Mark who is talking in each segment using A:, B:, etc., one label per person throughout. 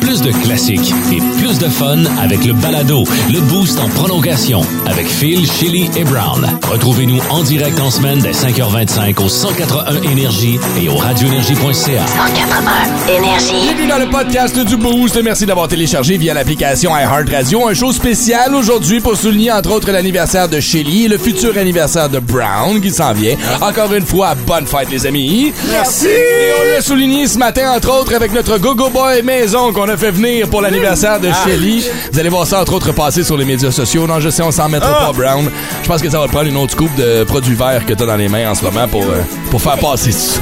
A: Plus de classiques et plus de fun avec le balado, le boost en prolongation avec Phil, Chili et Brown. Retrouvez-nous en direct en semaine dès 5h25 au 181 Énergie et au radioénergie.ca.
B: 181 Énergie.
C: Bienvenue dans le podcast du Boost. Merci d'avoir téléchargé via l'application iHeartRadio. Un show spécial aujourd'hui pour souligner entre autres l'anniversaire de Shelly et le futur anniversaire de Brown qui s'en vient. Encore une fois, bonne fête les amis. Merci. Et on l'a souligné ce matin entre autres avec notre Gogo Boy Maison qu'on a fait venir pour l'anniversaire de Shelly. Vous allez voir ça entre autres passer sur les médias sociaux. Non, je sais, on s'en mettra pas Brown. Je pense que ça va te prendre une autre coupe de produits verts que t'as dans les mains en ce moment pour, euh, pour faire passer ça.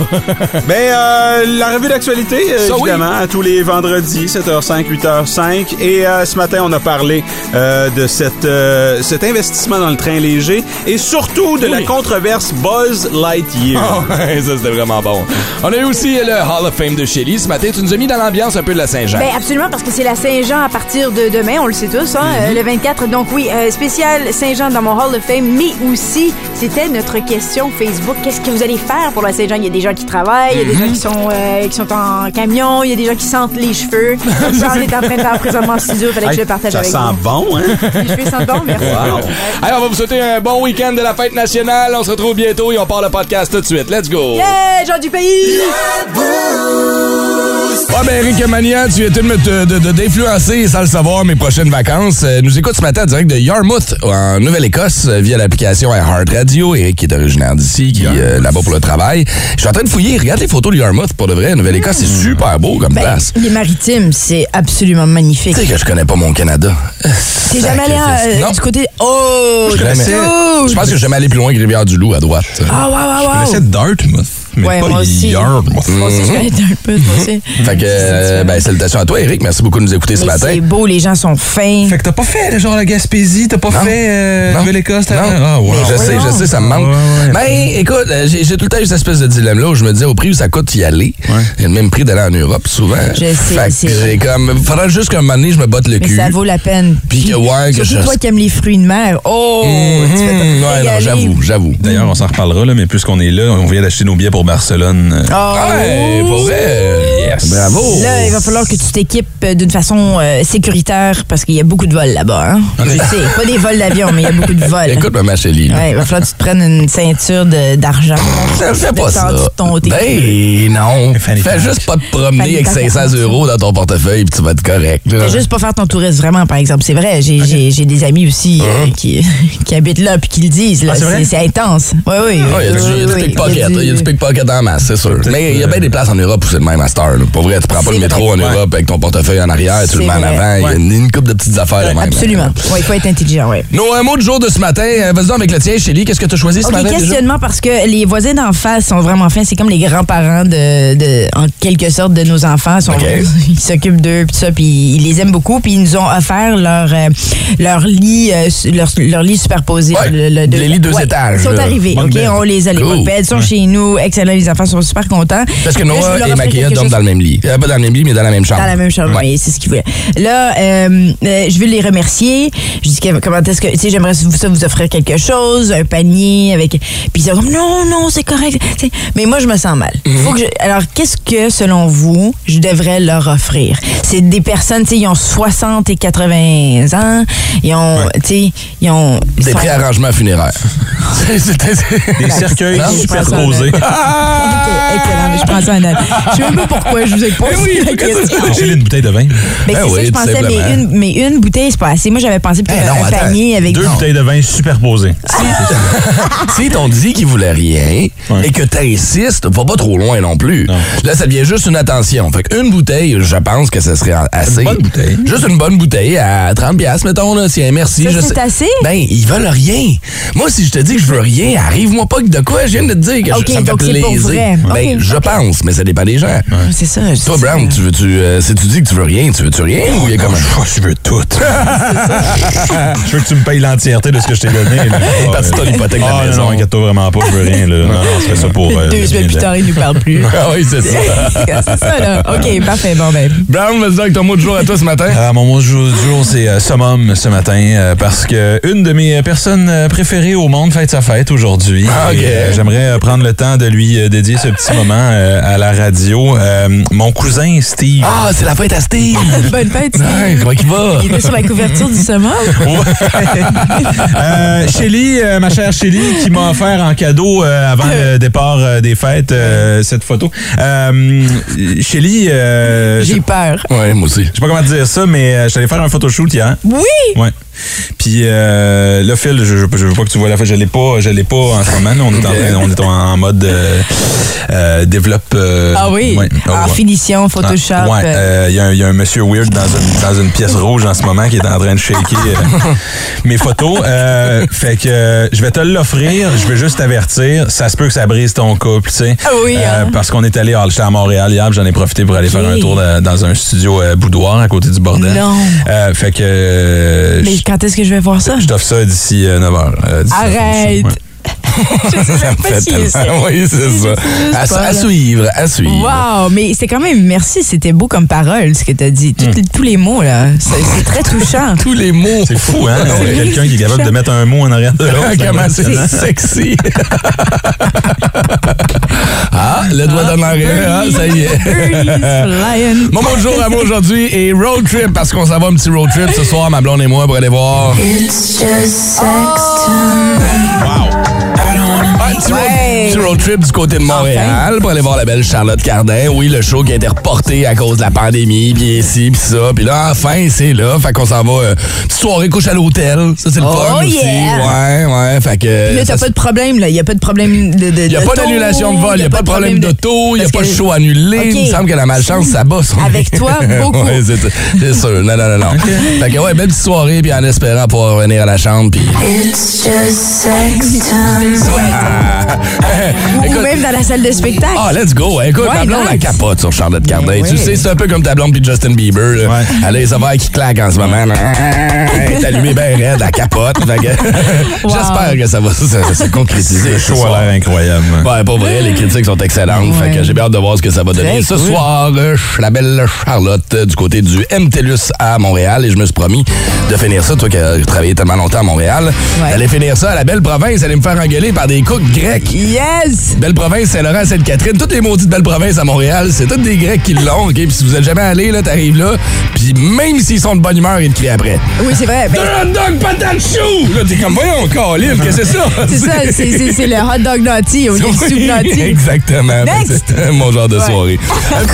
D: Mais euh, la revue d'actualité, euh,
C: Ça, oui.
D: évidemment, à tous les vendredis, 7h05, 8h05. Et euh, ce matin, on a parlé euh, de cette, euh, cet investissement dans le train léger et surtout de la controverse Buzz Lightyear.
C: Oh, ouais, ça, c'était vraiment bon. On a eu aussi le Hall of Fame de Shelly. Ce matin, tu nous as mis dans l'ambiance un peu de la Saint-Jean.
E: Ben absolument, parce que c'est la Saint-Jean à partir de demain, on le sait tous, hein,
C: Mhm.
E: euh, le 24. Donc oui, euh, spécial Saint-Jean dans mon Hall of Fame, mais aussi, c'était notre question Facebook. Qu'est-ce que vous allez faire pour la Saint-Jean? Il y a des gens qui travaillent, il y a des gens
C: Mhm.
E: qui sont, euh, qui sont en camion, il y a des gens qui sentent les cheveux. J'en est en train de faire présentement en studio, fallait que je le partage
D: ça
E: avec
D: sent
E: vous.
D: bon, hein?
E: Les cheveux sentent bon, merci. Ouais.
C: Alors, on va vous souhaiter un bon week-end de la fête nationale. On se retrouve bientôt et on part le podcast tout de suite. Let's go!
E: Yeah, gens du pays!
C: Ouais, ben, Eric Mania, tu es de me- de- de- d'influencer, sans le savoir, mes prochaines vacances. Euh, nous écoute ce matin en direct de Yarmouth, en Nouvelle-Écosse, euh, via l'application Heart Radio. Eric, qui est originaire d'ici, qui est euh, là-bas pour le travail. Je suis en train de fouiller. Regarde les photos de Yarmouth, pour de vrai. Nouvelle-Écosse, c'est super beau comme place.
F: Les maritimes, c'est absolument magnifique.
C: Tu sais que je connais pas mon Canada.
F: T'es jamais allé
C: Sacrifice.
F: à-
C: Non.
F: euh, du côté. Oh,
C: Je connaissais-
F: dude!
C: Je pense que je vais aller plus loin que Rivière-du-Loup à droite.
F: Ah, waouh, waouh,
G: C'est Dartmouth, mais
F: Ouais,
G: pas
F: moi aussi.
G: Yarmouth.
F: Moi aussi, je connais un peu, moi aussi.
C: Fait que, euh, ben, salutations à toi, Eric. Merci beaucoup de nous écouter ce
F: Mais
C: matin.
F: C'est beau, les gens sont fins.
G: Fait que t'as pas fait genre la Gaspésie, t'as pas fait euh,
C: Non.
G: Nouvelle-Écosse, t'as
C: Non.
G: Ah, wow.
C: Je sais, je sais, ça me manque.
G: Ouais, ouais.
C: Mais écoute, euh, j'ai j'ai tout le temps eu cette espèce de dilemme-là où je me disais au prix où ça coûte y aller, j'ai le même prix d'aller en Europe souvent.
F: Je sais,
C: Fait que
F: c'est-
C: j'ai comme. Faudra juste qu'un moment donné, je me botte le
F: Mais
C: cul.
F: ça vaut la peine.
C: Puis que, ouais, que
F: Surtout
C: je-
F: toi qui aimes les fruits de mer. Oh,
C: Mhm,
F: tu fais te
C: ouais, non,
F: régaler.
C: j'avoue, j'avoue.
G: D'ailleurs, on s'en reparlera, là, mais puisqu'on est là, on vient d'acheter nos billets pour Barcelone. euh,
F: Oh.
C: Ouais, pour vrai.
G: Yes.
C: Bravo.
F: Là, il va falloir que tu t'équipes euh, d'une façon euh, sécuritaire parce qu'il y a beaucoup de vols là-bas. Hein? Je sais, pas des vols d'avion, mais il y a beaucoup de vols.
C: Écoute, ma chérie.
F: Ouais, il va falloir que tu te prennes une ceinture de- d'argent.
C: Ça fait pas
F: De
C: ça.
F: sorte de ton- tes-
C: Ben non.
G: Fanny
C: Fais
G: pack.
C: juste pas te promener
F: Fanny
C: avec
F: pack,
C: 500
F: attention.
C: euros dans ton portefeuille puis tu vas être correct. là.
F: Fais juste pas faire ton touriste vraiment, par exemple. C'est vrai, j'ai j'ai- j'ai des amis aussi euh,
C: Uh-huh.
F: qui, qui habitent là puis qui le disent. là.
G: Ah, c'est vrai?
F: c'est c'est intense. Oui, oui.
C: Ah, Il y a du- il y a du pickpocket, il y a du pickpocket en masse, c'est sûr. Mais il y a bien des places en Europe où c'est le même à Star. là. Pour vrai, tu prends pas le
F: C'est
C: métro en
F: vrai.
C: Europe avec ton portefeuille en arrière, tu le
F: C'est
C: mets en
F: vrai.
C: avant. Il y a une, une couple de petites affaires de même.
F: Absolument.
C: là.
F: Oui, il faut être intelligent, oui.
C: Nos euh, mots de jour de ce matin, euh, vas-y donc avec le tien, Chélie, qu'est-ce que tu as choisi ce
F: OK,
C: matin? déjà?
F: questionnement parce que les voisins d'en face sont vraiment fins. C'est comme les grands-parents de, de- en quelque sorte, de nos enfants. Sont-
C: OK.
F: Ils s'occupent d'eux, puis tout ça, puis ils les aiment beaucoup, puis ils nous ont offert leur, euh, leur lit, euh, su- leur, leur lit superposé.
C: Ouais, les lits deux étages,
F: Ils sont
C: là.
F: arrivés,
G: Bunk
F: OK?
G: bed.
F: On les a, les
C: Cool.
F: bunk beds, ils sont chez nous, excellent, les enfants sont super contents.
C: Parce que
F: Là, je veux
C: Noah
F: leur
C: et
F: offrir
C: Makia
F: quelque
C: dorment
F: chose
C: dans le même lit. Euh, pas dans le même lit, mais dans la même chambre.
F: dans la même chambre,
C: Ouais.
F: oui, c'est ce qu'ils voulaient. Là, euh, euh, je veux les remercier. Je dis que- comment est-ce que, tu sais, j'aimerais vous- ça vous offrir quelque chose, un panier avec. Puis ils sont comme non, non, c'est correct. Tu sais, Mais moi, je me sens mal.
C: Mhm.
F: Faut que je- Alors, qu'est-ce que, selon vous, je devrais leur offrir C'est des personnes, tu sais, ils ont 60 et 80 ans. Ils ont, tu sais, ils ont.
C: Des
F: sont-
C: préarrangements funéraires. Hein? C'est- c'est- c'est-
G: Des cercueils
C: Ah,
F: Non, je pense
G: superposés.
F: Ok, excellent, mais je prends ça à note. Je sais même pas pourquoi je vous ai posé la question.
G: J'ai lu une bouteille de vin.
F: Ben,
C: Ben
F: c'est
C: oui,
F: ça que je
C: tout
F: pensais, mais
C: simplement.
F: une, mais une bouteille, c'est pas assez. Moi, j'avais pensé peut-être
C: Ben non,
F: un
C: attends.
F: Euh, panier avec
G: Eh Deux
F: Non.
G: bouteilles de vin superposées.
C: Si t'ont dit qu'ils voulaient rien
G: Ouais.
C: et que t'insistes, va pas trop loin non plus. Là, ça devient juste une attention. Fait qu'une bouteille, je pense que ça serait assez.
G: bonne bouteille.
C: Juste une bonne bouteille à 30$, piastres, mettons, là. Tiens, merci.
F: Ça,
C: je
F: c'est
C: sais-
F: assez?
C: Ben, ils veulent rien. Moi, si je te dis que je veux rien, arrive-moi pas que de quoi je viens de te dire que je-
F: Ok,
C: ça me fait
F: donc c'est
C: plaisir.
F: pour vrai.
C: Ben,
F: Ok,
C: je
F: ok.
C: pense, mais ça dépend des gens.
F: Ah, C'est ça. je
C: Toi,
F: sais.
C: Brown, tu veux-tu. euh, si tu dis que tu veux rien, tu veux-tu rien ou il y a comme.
G: je veux tout. je veux que tu me payes l'entièreté de ce que je t'ai donné. là. Ah,
C: Parti ton
G: ouais.
C: hypothèque de la
G: Ah, non,
C: maison.
G: Non, inquiète-toi vraiment pas, je veux rien. Là. Non, non, je fais ça pour. euh,
F: Deux
G: le
F: semaines
G: bien
F: plus
G: de-
F: tard, il nous parle plus.
C: Ah oui, c'est ça.
F: c'est ça, là. OK, parfait. Bon, ben.
C: Brown, vas-y avec ton mot de jour à toi ce matin.
G: Ah, mon mot du jour, du jour, c'est euh, summum ce matin euh, parce que une de mes euh, personnes euh, préférées au monde fête sa fête aujourd'hui.
C: Ah, ok.
G: Et, euh, J'aimerais euh, prendre le temps de lui lui euh, dédier ce petit moment euh, à la radio. Euh, mon cousin Steve.
C: Ah, c'est la fête à Steve!
F: Bonne fête, Steve.
C: Ouais, comment il va?
F: Il était sur la couverture du sommet.
G: Euh, Shelly, euh, ma chère Shelly, qui m'a offert en cadeau euh, avant le départ euh, des fêtes euh, cette photo. Euh, Shelly, euh, je
F: J'ai peur.
C: Ah. Ouais, moi aussi.
G: sais pas comment te dire ça, mais euh, je suis allé faire un photoshoot hier.
F: Oui!
G: Ouais. Puis euh, là, Phil, je, je, je veux pas que tu vois la photo. Je l'ai pas, je l'ai pas en ce moment. On est en, train- on est en, en mode euh, euh, développe. euh,
F: Ah oui?
G: ouais. Oh,
F: en
G: ouais.
F: finition,
G: Ah,
F: Photoshop.
G: ouais,
F: euh,
G: euh, il y, a un- il y a un monsieur weird dans une, dans une pièce rouge en ce moment qui est en train de shaker euh, mes photos. Euh, fait que euh, je vais te l'offrir, je vais juste t'avertir, ça se peut que ça brise ton couple, tu sais. Euh,
F: Ah oui, hein?
G: Parce qu'on est allé, alors, j'étais à Montréal hier, puis j'en ai profité pour aller
F: Ok.
G: faire un tour de- dans un studio euh, boudoir à côté du bordel.
F: Non.
G: Euh, fait que euh,
F: mais
G: je-
F: quand est-ce que je vais voir ça?
G: je t'offre ça d'ici euh, 9h.
F: Arrête! Je sais même pas si c'est-
C: oui, c'est ça.
F: juste
C: À,
F: pas,
C: à
F: là.
C: suivre, à suivre.
F: Wow, mais c'est quand même merci, c'était beau comme parole ce que t'as dit. Tout-
C: Mm.
F: Tous les mots là, c'est c'est très touchant.
C: Tous les mots. Ah,
G: C'est fou, hein?
F: C'est
G: Quelqu'un qui est capable de mettre un mot en arrière de l'autre.
C: Comment c'est
G: hein.
C: sexy. ah, le doigt d'honorer, hein, ça y est.
F: Lion.
C: Mon mot de jour à moi aujourd'hui est road trip parce qu'on s'en va un petit road trip ce soir, ma blonde et moi, pour aller voir.
F: Ah,
C: Un petit, road,
F: Ouais.
C: petit road trip du côté de Montréal pour aller voir la belle Charlotte Cardin. Oui, le show qui a été reporté à cause de la pandémie, puis ici, puis ça. Puis là, enfin, c'est là. Fait qu'on s'en va. euh, petite soirée couche à l'hôtel. Ça, c'est le
F: Oh
C: fun aussi.
F: yeah!
C: Ouais, ouais. Fait que.
F: Là,
C: ça,
F: t'as pas de problème, là. Il n'y a pas de problème de.
C: Il n'y a pas d'annulation de vol, il n'y a pas de problème d'auto, il n'y a pas de show annulé.
F: Ok.
C: Il me semble que la malchance, ça bosse.
F: Avec toi, beaucoup.
C: Ouais, c'est c'est sûr. Non, non, non, non. Fait que, ouais, belle petite soirée, puis en espérant pouvoir revenir à la chambre, puis.
F: Ou même dans la salle de spectacle.
C: Ah, let's go. Écoute,
F: Ouais,
C: ma blonde,
F: nice.
C: elle capote sur Charlotte Cardin.
F: Ben
C: tu
F: oui.
C: sais, c'est un peu comme ta blonde puis Justin Bieber. là.
G: Ouais.
C: Elle a les ovaires qui claquent en ce moment. là. Elle est allumée bien raide, elle capote. Fait que-
F: Wow.
C: J'espère que ça va se, se concrétiser.
G: Le
C: ce
G: show
C: soir.
G: a l'air incroyable. hein.
C: Ouais, pour vrai, les critiques sont excellentes.
F: Ouais.
C: Fait que j'ai bien hâte de voir ce que ça va donner. Ce soir, euh, la belle Charlotte euh, du côté du MTLUS à Montréal. Et je me suis promis de finir ça, toi qui as travaillé tellement longtemps à Montréal.
F: Ouais.
C: D'aller finir ça à la belle province, aller me faire engueuler par des cooks grecs.
F: Yes!
C: Belle province, Saint-Laurent, Sainte-Catherine, toutes les maudites belles provinces à Montréal, c'est toutes des Grecs qui l'ont, OK? Puis si vous êtes jamais allé, là, t'arrives là, puis même s'ils sont de bonne humeur, ils te crient après.
F: Oui, c'est vrai.
C: Deux
F: Ben,
C: hot dogs, patate chou! Là, t'es comme, voyons, Caline, qu'est-ce que c'est ça?
F: c'est ça, c'est- c'est c'est le hot dog naughty ou le
C: Oui,
F: soupe naughty.
C: Exactement. Ben,
F: Next!
C: C'est mon genre de soirée.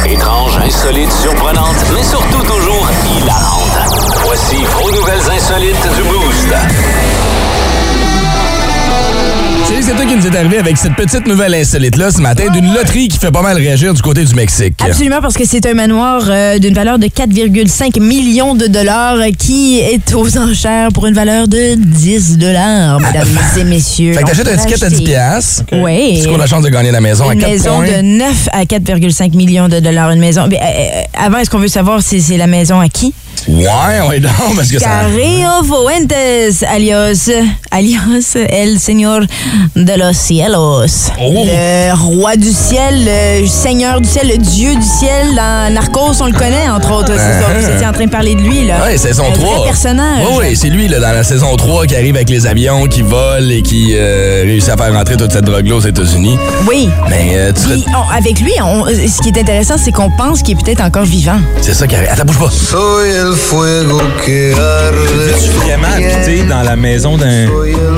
A: Étrange, insolite, surprenante, mais surtout toujours hilarante. Voici vos nouvelles insolites du Boost.
C: Chérie, c'est toi qui nous est arrivé avec cette petite nouvelle insolite-là ce matin d'une loterie qui fait pas mal réagir du côté du Mexique.
F: Absolument, parce que c'est un manoir euh, d'une valeur de 4,5 millions de dollars euh, qui est aux enchères pour une valeur de 10 dollars, mesdames et messieurs.
C: Fait que t'achètes
F: On
C: un
F: peut
C: ticket à
F: acheter-
C: 10 piastres.
F: Oui.
C: Puisqu'on a la chance de gagner la maison à
F: Une
C: 4
F: maison
C: points.
F: de 9 à 4,5 millions de dollars. Une maison. Mais, euh, euh, avant, est-ce qu'on veut savoir si c'est la maison à qui?
C: Ouais, ouais, non, parce que ça...
F: Carrillo Fuentes, alias, alias El Señor de los Cielos.
C: Oh.
F: Le roi du ciel, le seigneur du ciel, le dieu du ciel. Dans Narcos, on le connaît, entre autres. C'est ça, Vous étiez en train de parler de lui, là.
C: Oui, Uh-huh. saison
F: Euh, Un vrai
C: 3.
F: personnage.
C: Oui, oui, c'est lui, là, dans la saison 3, qui arrive avec les avions, qui vole et qui euh, réussit à faire rentrer toute cette drogue-là aux États-Unis.
F: Oui.
C: Mais euh, tu serais-
F: Puis, on- avec lui, on- ce qui est intéressant, c'est qu'on pense qu'il est peut-être encore vivant.
C: C'est ça qui arrive. Attends, bouge pas.
H: Soy el fuego que arde.
G: Tu vraiment habité dans la maison d'un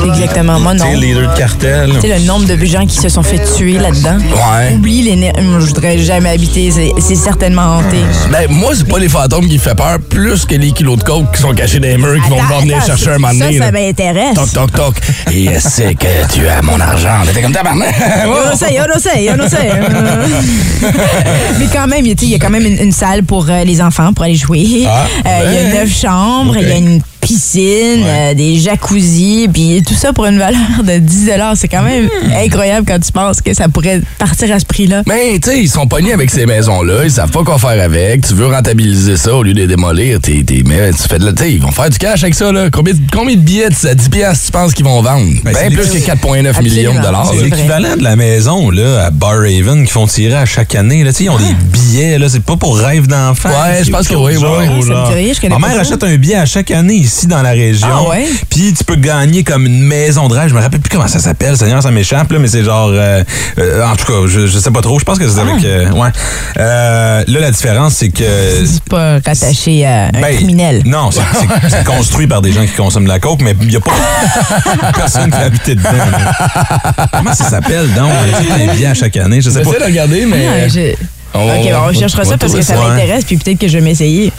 F: Exactement. Moi,
G: tu
F: non.
G: sais,
F: Tu
G: leader de cartel.
F: sais, le nombre de gens qui se sont fait tuer là-dedans.
C: Ouais.
F: Oublie les nerfs. Moi, Je voudrais jamais habiter. C'est- C'est certainement hanté.
C: Ben, moi, c'est pas les fantômes qui me fait peur, plus que les kilos de coke qui sont cachés dans les murs, qui vont
F: Attends,
C: devoir venir
F: attends,
C: chercher un moment
F: Ça,
C: donné.
F: ça
C: là.
F: m'intéresse.
C: Toc, toc, toc. Et euh, c'est que tu as mon argent. Là, T'es comme tabarnak.
F: On
C: Ah!
F: le sait, on le sait, on le sait. Mais quand même, tu sais, il y a quand même une, une salle pour euh, les enfants, pour aller jouer.
G: Ah,
F: Euh, Il y
G: ben.
F: a neuf chambres, il y a
G: Ok.
F: une piscine, euh, des jacuzzis, puis tout ça pour une valeur de 10 C'est quand même
C: Hmm.
F: incroyable quand tu penses que ça pourrait partir à ce prix-là.
C: Mais tu sais, ils sont pognés avec ces maisons-là, ils savent pas quoi faire avec. Tu veux rentabiliser ça au lieu de les démolir, t'es, t'es- mais tu fais de la. Tu sais, ils vont faire du cash avec ça, là. Combien, combien de billets de- à 10 piastres tu penses qu'ils vont vendre?
G: Ben,
C: Ben
G: c'est
C: plus que
G: les-
C: 4,9 millions de dollars.
G: C'est
F: C'est
C: là.
F: vrai.
G: l'équivalent de la maison là, à Bar Raven qui font tirer à chaque année. Là. Tu sais,
F: Ah.
G: Ils ont des billets, là. c'est pas pour rêve d'enfant.
C: Ouais,
G: c'est
C: je pense que oui,
G: autre
C: oui.
G: chose,
F: Ah, ça me
G: genre.
F: fait rire, je connais
G: Ma
F: pas
G: mère
F: ça.
G: achète un billet à chaque année ici. ici dans la région.
F: Ah ouais?
G: Puis tu peux gagner comme une maison de rêve. Je me rappelle plus comment ça s'appelle. Seigneur, ça m'échappe, là, mais c'est genre. euh, euh, en tout cas, je, je sais pas trop. Je pense que c'est avec. euh, ouais. Euh, là, la différence, c'est que.
F: Ah. C'est pas rattaché à un
G: Ben,
F: criminel.
G: Non, c'est- c'est c'est construit par des gens qui consomment de la coke, mais il n'y a pas personne qui a habité dedans. là. Comment ça s'appelle donc? C'est bien à chaque année, je sais pas.
C: J'essaie de regarder, mais. euh,
F: Ah, je-
C: On-
F: ok, bon, on cherchera
C: on va
F: ça parce que
C: trouver
F: ça
G: ça, hein.
F: m'intéresse, puis peut-être que je vais m'essayer.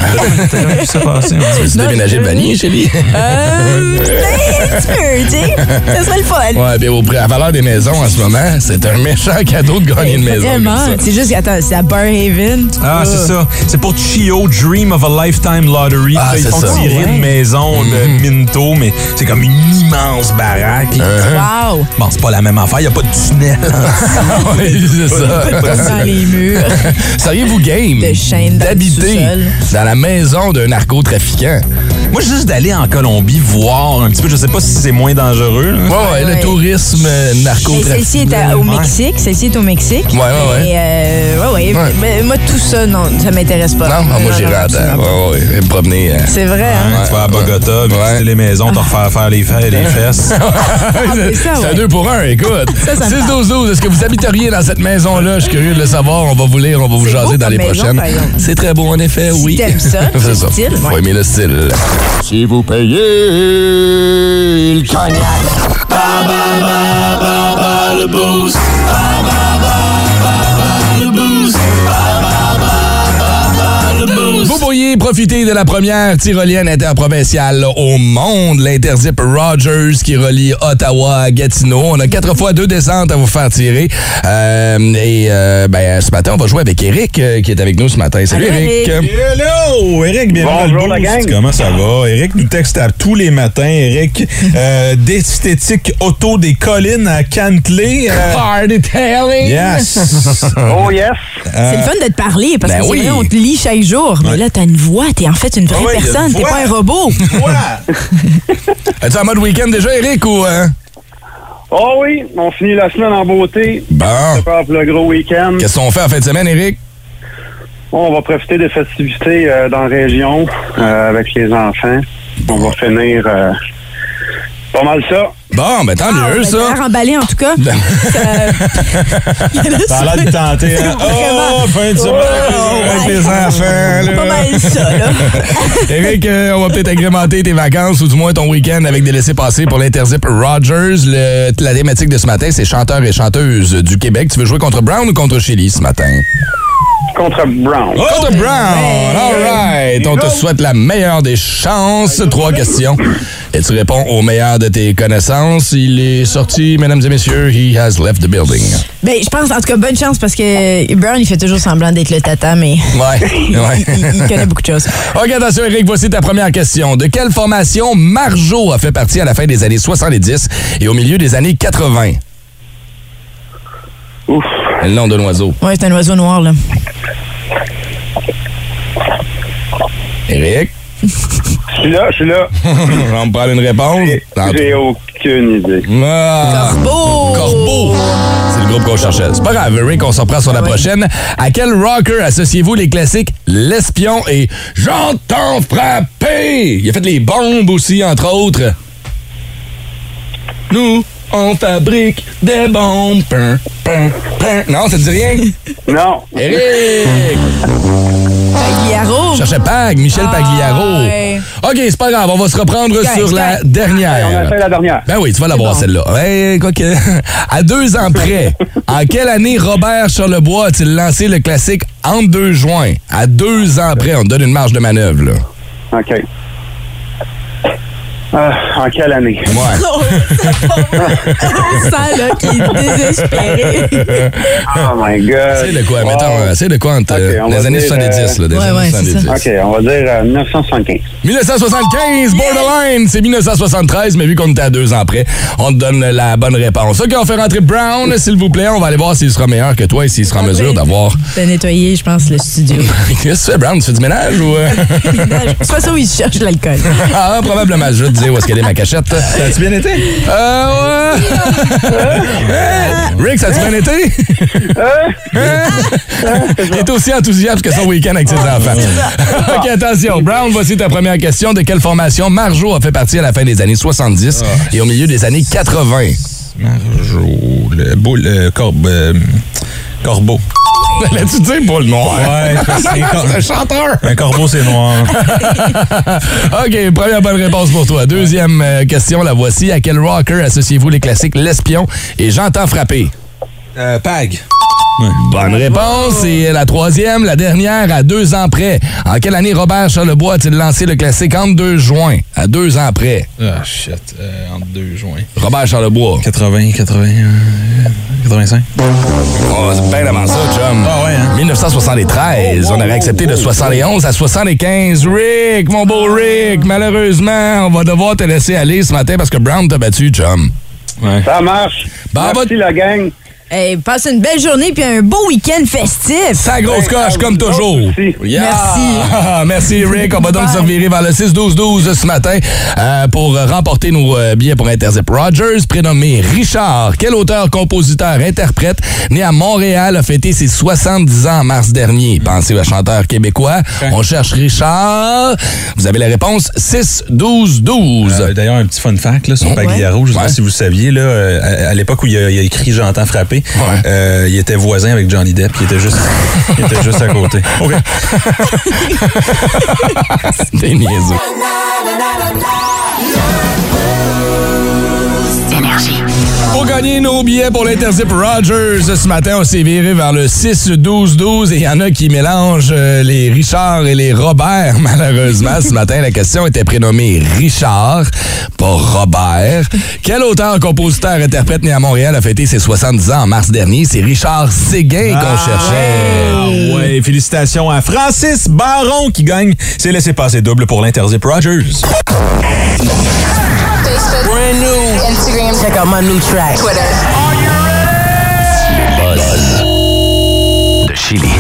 G: Comment ça passe, hein?
C: Tu
F: Non,
C: déménager
F: je-
C: de Vanier, Chélie?
F: Euh, peut-être, un petit peu, tu sais. Ça serait le fun.
C: Ouais, bien au prix, à valeur des maisons en ce moment, c'est un méchant cadeau de gagner une maison. comme
F: Vraiment.
C: ça.
F: C'est juste, attends, c'est à Barhaven.
G: Ah, c'est ça. C'est pour Chio Dream of a Lifetime Lottery.
C: Ah,
G: Ils
C: c'est
G: font
C: ça. Mm-hmm.
G: tirer une maison de Minto, mais c'est comme une immense baraque.
C: Hein. Uh-huh.
F: Wow!
G: Bon, c'est pas la même affaire. Il n'y a pas de tunnel.
C: Oui, Ah, c'est ça.
F: Dans les murs.
C: Seriez-vous game
F: De chaîne dans le
C: d'habiter
F: sous-sol.
C: dans la maison d'un narcotrafiquant?
G: Moi, juste d'aller en Colombie voir un petit peu. Je sais pas si c'est moins dangereux. là.
C: Ouais, ouais, le
F: ouais.
C: tourisme euh,
F: Mais celle-ci
C: narcotrafiquant.
F: est à- au
G: Ouais.
F: Mexique. Celle-ci est au Mexique.
C: Ouais, ouais, ouais.
F: Et euh, ouais, ouais.
C: Ouais.
F: Mais moi, tout ça, non, ça m'intéresse pas.
C: Non, ah, moi j'irai
F: non,
C: à
F: absolument
C: terre.
F: pas.
C: Ouais, ouais, et me promener. euh.
F: C'est vrai, hein?
G: Hein, tu vas à Bogota, visiter les maisons, te refaire faire les fesses. Les fesses.
F: c'est Ah, ça,
C: C'est un
F: ouais.
C: 2 pour 1, écoute.
F: ça me
C: 6-12-12, est-ce que vous habiteriez dans cette maison-là? Je suis curieux de le savoir. On va vous lire, on va vous
F: C'est beau
C: jaser dans
F: comme
C: les
F: maison,
C: prochaines.
F: par exemple.
C: C'est très beau, en effet,
F: Si
C: oui.
F: t'aimes ça,
C: C'est
F: le
C: ça.
F: style,
C: Faut
F: ouais.
C: aimer le style.
H: Si vous payez le cognac.
C: Vous pourriez profiter de la première tyrolienne interprovinciale au monde, l'Interzip Rogers qui relie Ottawa à Gatineau. On a quatre fois deux descentes à vous faire tirer. Euh, et euh, ben, ce matin, on va jouer avec Eric euh, qui est avec nous ce matin. Salut
F: Allô,
C: Eric.
G: Hello! Eric, oh, bienvenue dans
I: Bonjour, la
G: le boost.
I: gang.
G: Comment ça va? Eric nous texte à tous les matins. Eric, euh, d'esthétique auto des collines à Cantley. euh,
C: Party tailing.
G: yes!
I: Oh yes!
F: C'est le fun de te parler parce
C: Euh, Ben
F: que c'est
C: oui.
F: vrai, on te lit chaque jour. Mais là, t'as une voix, t'es en fait une vraie
G: Ah ouais, il y a une
F: personne, t'es
G: voix.
F: pas un robot.
G: Voilà!
C: Es-tu en mode week-end déjà, Eric, ou... hein?
I: Oh oui, on finit la semaine en beauté.
C: Bon.
I: Prépare pour le gros week-end.
C: Qu'est-ce qu'on fait en fin de semaine, Eric?
I: On va profiter des festivités euh, dans la région euh, avec les enfants. On va finir euh, pas mal ça.
C: Bon, ben tant
F: Ah,
C: mieux,
F: ben,
C: ça. Ben
F: t'as l'air emballé en tout cas. Euh, il y en a
G: T'as
F: ça.
G: l'air de tenter. hein?
F: Vraiment.
G: Oh, fin de semaine!
C: Avec les enfants, là.
F: pas mal ça, là.
C: Eric, euh, on va peut-être agrémenter tes vacances ou du moins ton week-end avec des laissés-passer pour l'Interzip Rogers. Le- la thématique de ce matin, c'est chanteurs et chanteuses du Québec. Tu veux jouer contre Brown ou contre Chili ce matin?
I: Contre Brown.
C: Contre Brown! All right! On te souhaite la meilleure des chances. Trois questions. Et tu réponds au meilleur de tes connaissances. Il est sorti, mesdames et messieurs, he has left the building.
F: Ben, je pense, en tout cas, bonne chance parce que Brown, il fait toujours semblant d'être le tata, mais
C: Ouais, ouais.
F: il, il connaît beaucoup de choses.
C: OK, attention, Eric, voici ta première question. De quelle formation Marjo a fait partie à la fin des années 70 et au milieu des années 80?
I: Ouf.
C: Le nom de l'oiseau.
F: Ouais, c'est un oiseau noir, là.
C: Eric,
I: Je suis là, je suis là.
C: on me prend une réponse.
I: J'ai aucune idée.
C: Ah,
F: Corbeau!
C: Corbeau! C'est le groupe qu'on cherchait. C'est pas grave, Eric, on s'en prend sur la prochaine. À quel rocker associez-vous les classiques L'espion et J'entends frapper? Il a fait les bombes aussi, entre autres. Nous, on fabrique des bombes. Pin, pin, pin. Non, ça te dit rien?
I: Non.
C: Eric!
F: Pagliaro!
C: Je cherchais Pag, Michel
F: Ah,
C: Pagliaro.
F: ouais.
C: OK, c'est pas grave, on va se reprendre
F: Correct,
C: sur la
F: correct.
I: On a
C: dernière.
I: fait la dernière.
C: Ben oui, tu vas l'avoir
F: bon.
C: celle-là. Ouais, quoi que- À deux ans près, en quelle année Robert Charlebois a-t-il lancé le classique Entre deux joints? À deux ans près, on te donne une marge de manœuvre, là.
I: OK. Ah, en quelle année?
C: Ouais.
F: Non, c'est pas vrai. On sent, oh, là, qu'il est désespéré.
I: Oh my
C: C'est
I: God.
C: de quoi,
I: Wow.
C: mettons, euh, c'est de quoi entre euh,
I: Ok, on va
C: les années
I: dire,
C: 70, là, des
F: Ouais,
C: années
F: ouais, c'est
C: 70.
I: OK, on va dire euh, 1975.
C: 1975, borderline, c'est 1973, mais vu qu'on était à deux ans près, on te donne la bonne réponse. OK, on fait rentrer Brown, s'il vous plaît. On va aller voir s'il sera meilleur que toi et s'il sera en mesure d'avoir...
F: T'as nettoyé, je pense, le studio.
C: Qu'est-ce que tu fais, Brown? Tu fais du ménage ou... euh?
F: Ménage. Soit ça ou il cherche l'alcool.
C: Ah, probablement. Je vais te dire où est-ce qu'elle est ma cachette.
G: Ça a-tu bien été?
C: Euh, ouais. Hein? Rick, ça a-tu bien été? Hein? Il est aussi enthousiaste que son week-end avec ses enfants. OK, attention. Brown, voici ta première question. De quelle formation Marjo a fait partie à la fin des années 70
G: Ah.
C: et au milieu des années 80?
G: Marjo, le boule, le corbe, euh, corbeau.
C: L'as-tu dit boule noire?
G: Ouais, c'est un
C: C'est un
G: cor-
C: chanteur!
G: un corbeau, c'est noir.
C: OK, première bonne réponse pour toi. Deuxième euh, question, la voici. À quel rocker associez-vous les classiques L'Espion et J'entends frapper?
G: Euh, Pag.
C: Bonne réponse. Et la troisième, la dernière, à deux ans près. En quelle année Robert Charlebois a-t-il lancé le classique Entre deux juin? À deux ans près.
G: Ah, shit. euh, entre 2 juin.
C: Robert Charlebois.
G: 80, 80, euh, 85.
C: Oh, c'est bien avant ça, chum.
G: Ah ouais, hein?
C: 1973. on avait accepté de 71 à 75. Rick, mon beau Rick, malheureusement, on va devoir te laisser aller ce matin parce que Brown t'a battu, chum.
G: Ouais.
I: Ça marche.
C: Ben,
I: Merci,
C: va-
I: la gang.
F: Hey, passe une belle journée puis un beau week-end festif.
C: Sa grosse coche, comme toujours.
I: aussi.
C: Merci. Merci, Rick. On va donc se revirer vers le 6-12-12 ce matin euh, pour remporter nos euh, billets pour Intercept Rogers, prénommé Richard. Quel auteur, compositeur, interprète, né à Montréal, a fêté ses 70 ans en mars dernier? Pensez au chanteur québécois. On cherche Richard. Vous avez la réponse 6-12-12.
G: Euh, D'ailleurs, un petit fun fact là, sur Pagliaro, je sais
C: Ouais.
G: pas si vous saviez, là, euh, à, à l'époque où il a, il a écrit J'entends frapper, euh, il était voisin avec Johnny Depp, qui était juste, il était juste à côté. OK.
C: T'es niaiseux.
B: Énergie.
C: Pour gagner nos billets pour l'Intercept Rogers, ce matin, on s'est viré vers le 6-12-12 et il y en a qui mélangent euh, les Richard et les Robert, malheureusement. ce matin, la question était prénommée Richard, pas Robert. Quel auteur, compositeur, interprète né à Montréal a fêté ses 70 ans en mars dernier? C'est Richard Séguin qu'on cherchait.
G: Ah ouais, félicitations à Francis Baron qui gagne. C'est laissé passer double pour l'Interzip Rogers.
A: de Chili.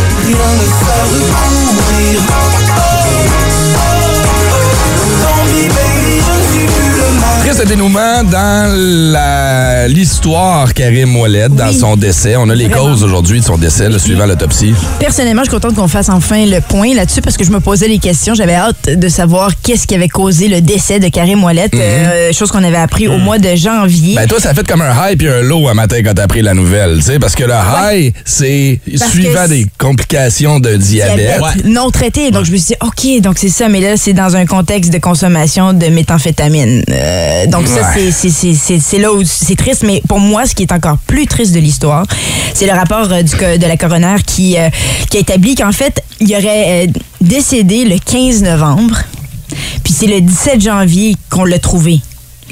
C: Triste dénouement dans la- l'histoire Karim Ouellet, dans son décès. On a les causes aujourd'hui de son décès, le suivant l'autopsie.
F: Personnellement, je suis contente qu'on fasse enfin le point là-dessus parce que je me posais les questions. J'avais hâte de savoir qu'est-ce qui avait causé le décès de Karim Ouellet, euh, chose qu'on avait appris au mois de janvier.
C: Ben toi, ça a fait comme un high puis un low un matin quand t'as pris la nouvelle, tu sais, parce que le high, c'est
F: Parce
C: suivant
F: que
C: des complications de diabète.
F: diabète non traité. Donc, je me suis dit, OK, donc c'est ça. Mais là, c'est dans un contexte de consommation de méthamphétamine. Euh, donc, ça,
C: Ouais.
F: c'est- c'est- c'est c'est- c'est là où c'est triste. Mais pour moi, ce qui est encore plus triste de l'histoire, c'est le rapport euh, du, co- de la coroner qui, euh, qui a établi qu'en fait, il aurait euh, décédé le 15 novembre. Puis c'est le 17 janvier qu'on l'a trouvé.